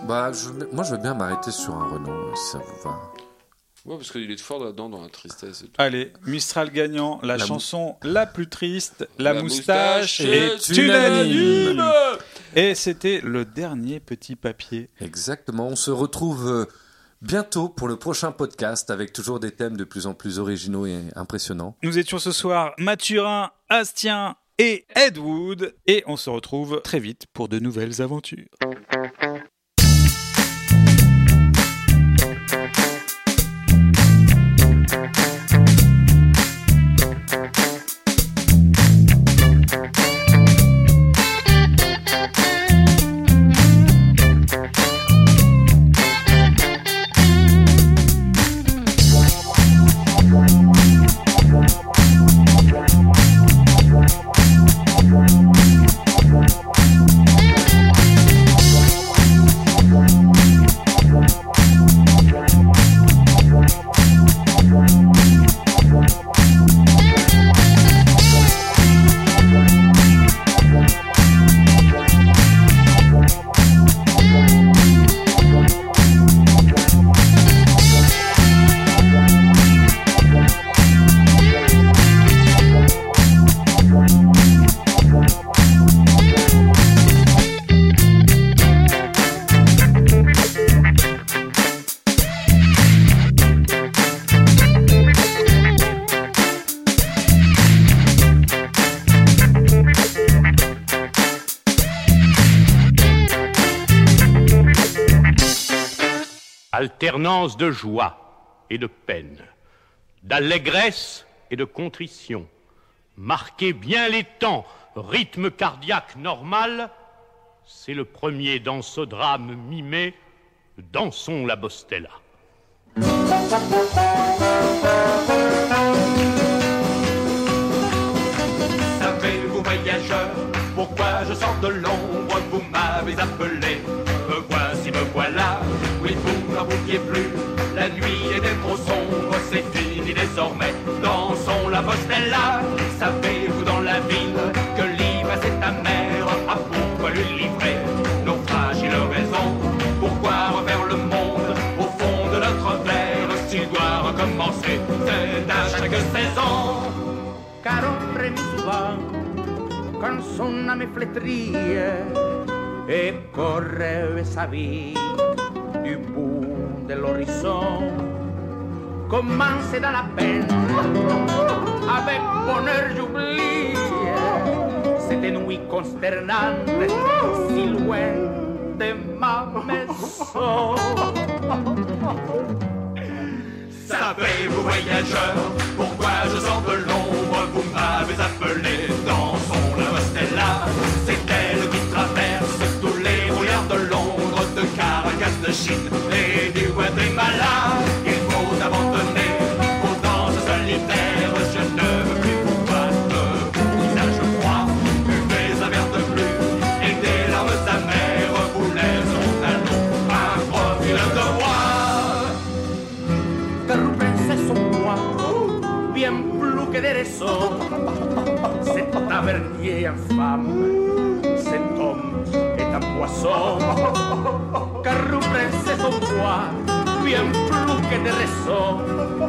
[SPEAKER 3] Bah, je... moi, je veux bien m'arrêter sur un Renault, si ça vous va.
[SPEAKER 5] Ouais, parce qu'il est fort là-dedans, dans la tristesse et tout.
[SPEAKER 4] Allez, Mistral gagnant, la,
[SPEAKER 5] La mou-
[SPEAKER 4] chanson la plus triste, la,
[SPEAKER 5] La
[SPEAKER 4] moustache,
[SPEAKER 5] moustache
[SPEAKER 4] est
[SPEAKER 5] est
[SPEAKER 4] unanime.
[SPEAKER 5] unanime.
[SPEAKER 4] Et c'était le dernier petit papier.
[SPEAKER 3] Exactement. On se retrouve euh, bientôt pour le prochain podcast avec toujours des thèmes de plus en plus originaux et impressionnants.
[SPEAKER 4] Nous étions ce soir Mathurin, Astien et Ed Wood. Et on se retrouve très vite pour de nouvelles aventures.
[SPEAKER 13] Alternance de joie et de peine, d'allégresse et de contrition. Marquez bien les temps, rythme cardiaque normal. C'est le premier dans ce drame mimé. Dansons la Bostella.
[SPEAKER 14] Savez-vous voyageur, pourquoi je sors de l'ombre, vous m'avez appelé Me voici, me voilà, oui vous n'en vouliez plus La nuit était trop sombre, c'est fini désormais Dansons la postella, savez-vous dans la ville Que l'ivresse est amère, à pourquoi lui livrer Nos fragiles raisons, pourquoi refaire le monde qu'il doit recommencer. C'est à chaque saison.
[SPEAKER 15] Car ombre mi souvent con son ame flétrie et
[SPEAKER 4] e
[SPEAKER 15] corre sa vie du bout de l'horizon. Commence dans la peine avec bonheur j'oublie cette nuit consternante si loin de ma maison.
[SPEAKER 14] Savez-vous, voyageurs, pourquoi je sors de l'ombre Vous m'avez appelé dans son la Stella. C'est elle qui traverse tous les brouillards de Londres, de Caracas, de Chine et du Guatemala. Il faut abandonner vos danses solitaires. Je ne veux plus vous battre, vous visage froid. Buvez un verre de plus et des larmes amères vous laisseront à l'eau un profil de roi.
[SPEAKER 15] car pensé son moi bien plus que des raisons. Cet tavernier infâme, cet homme est un poisson. Car pensé son moi bien plus que des raisons.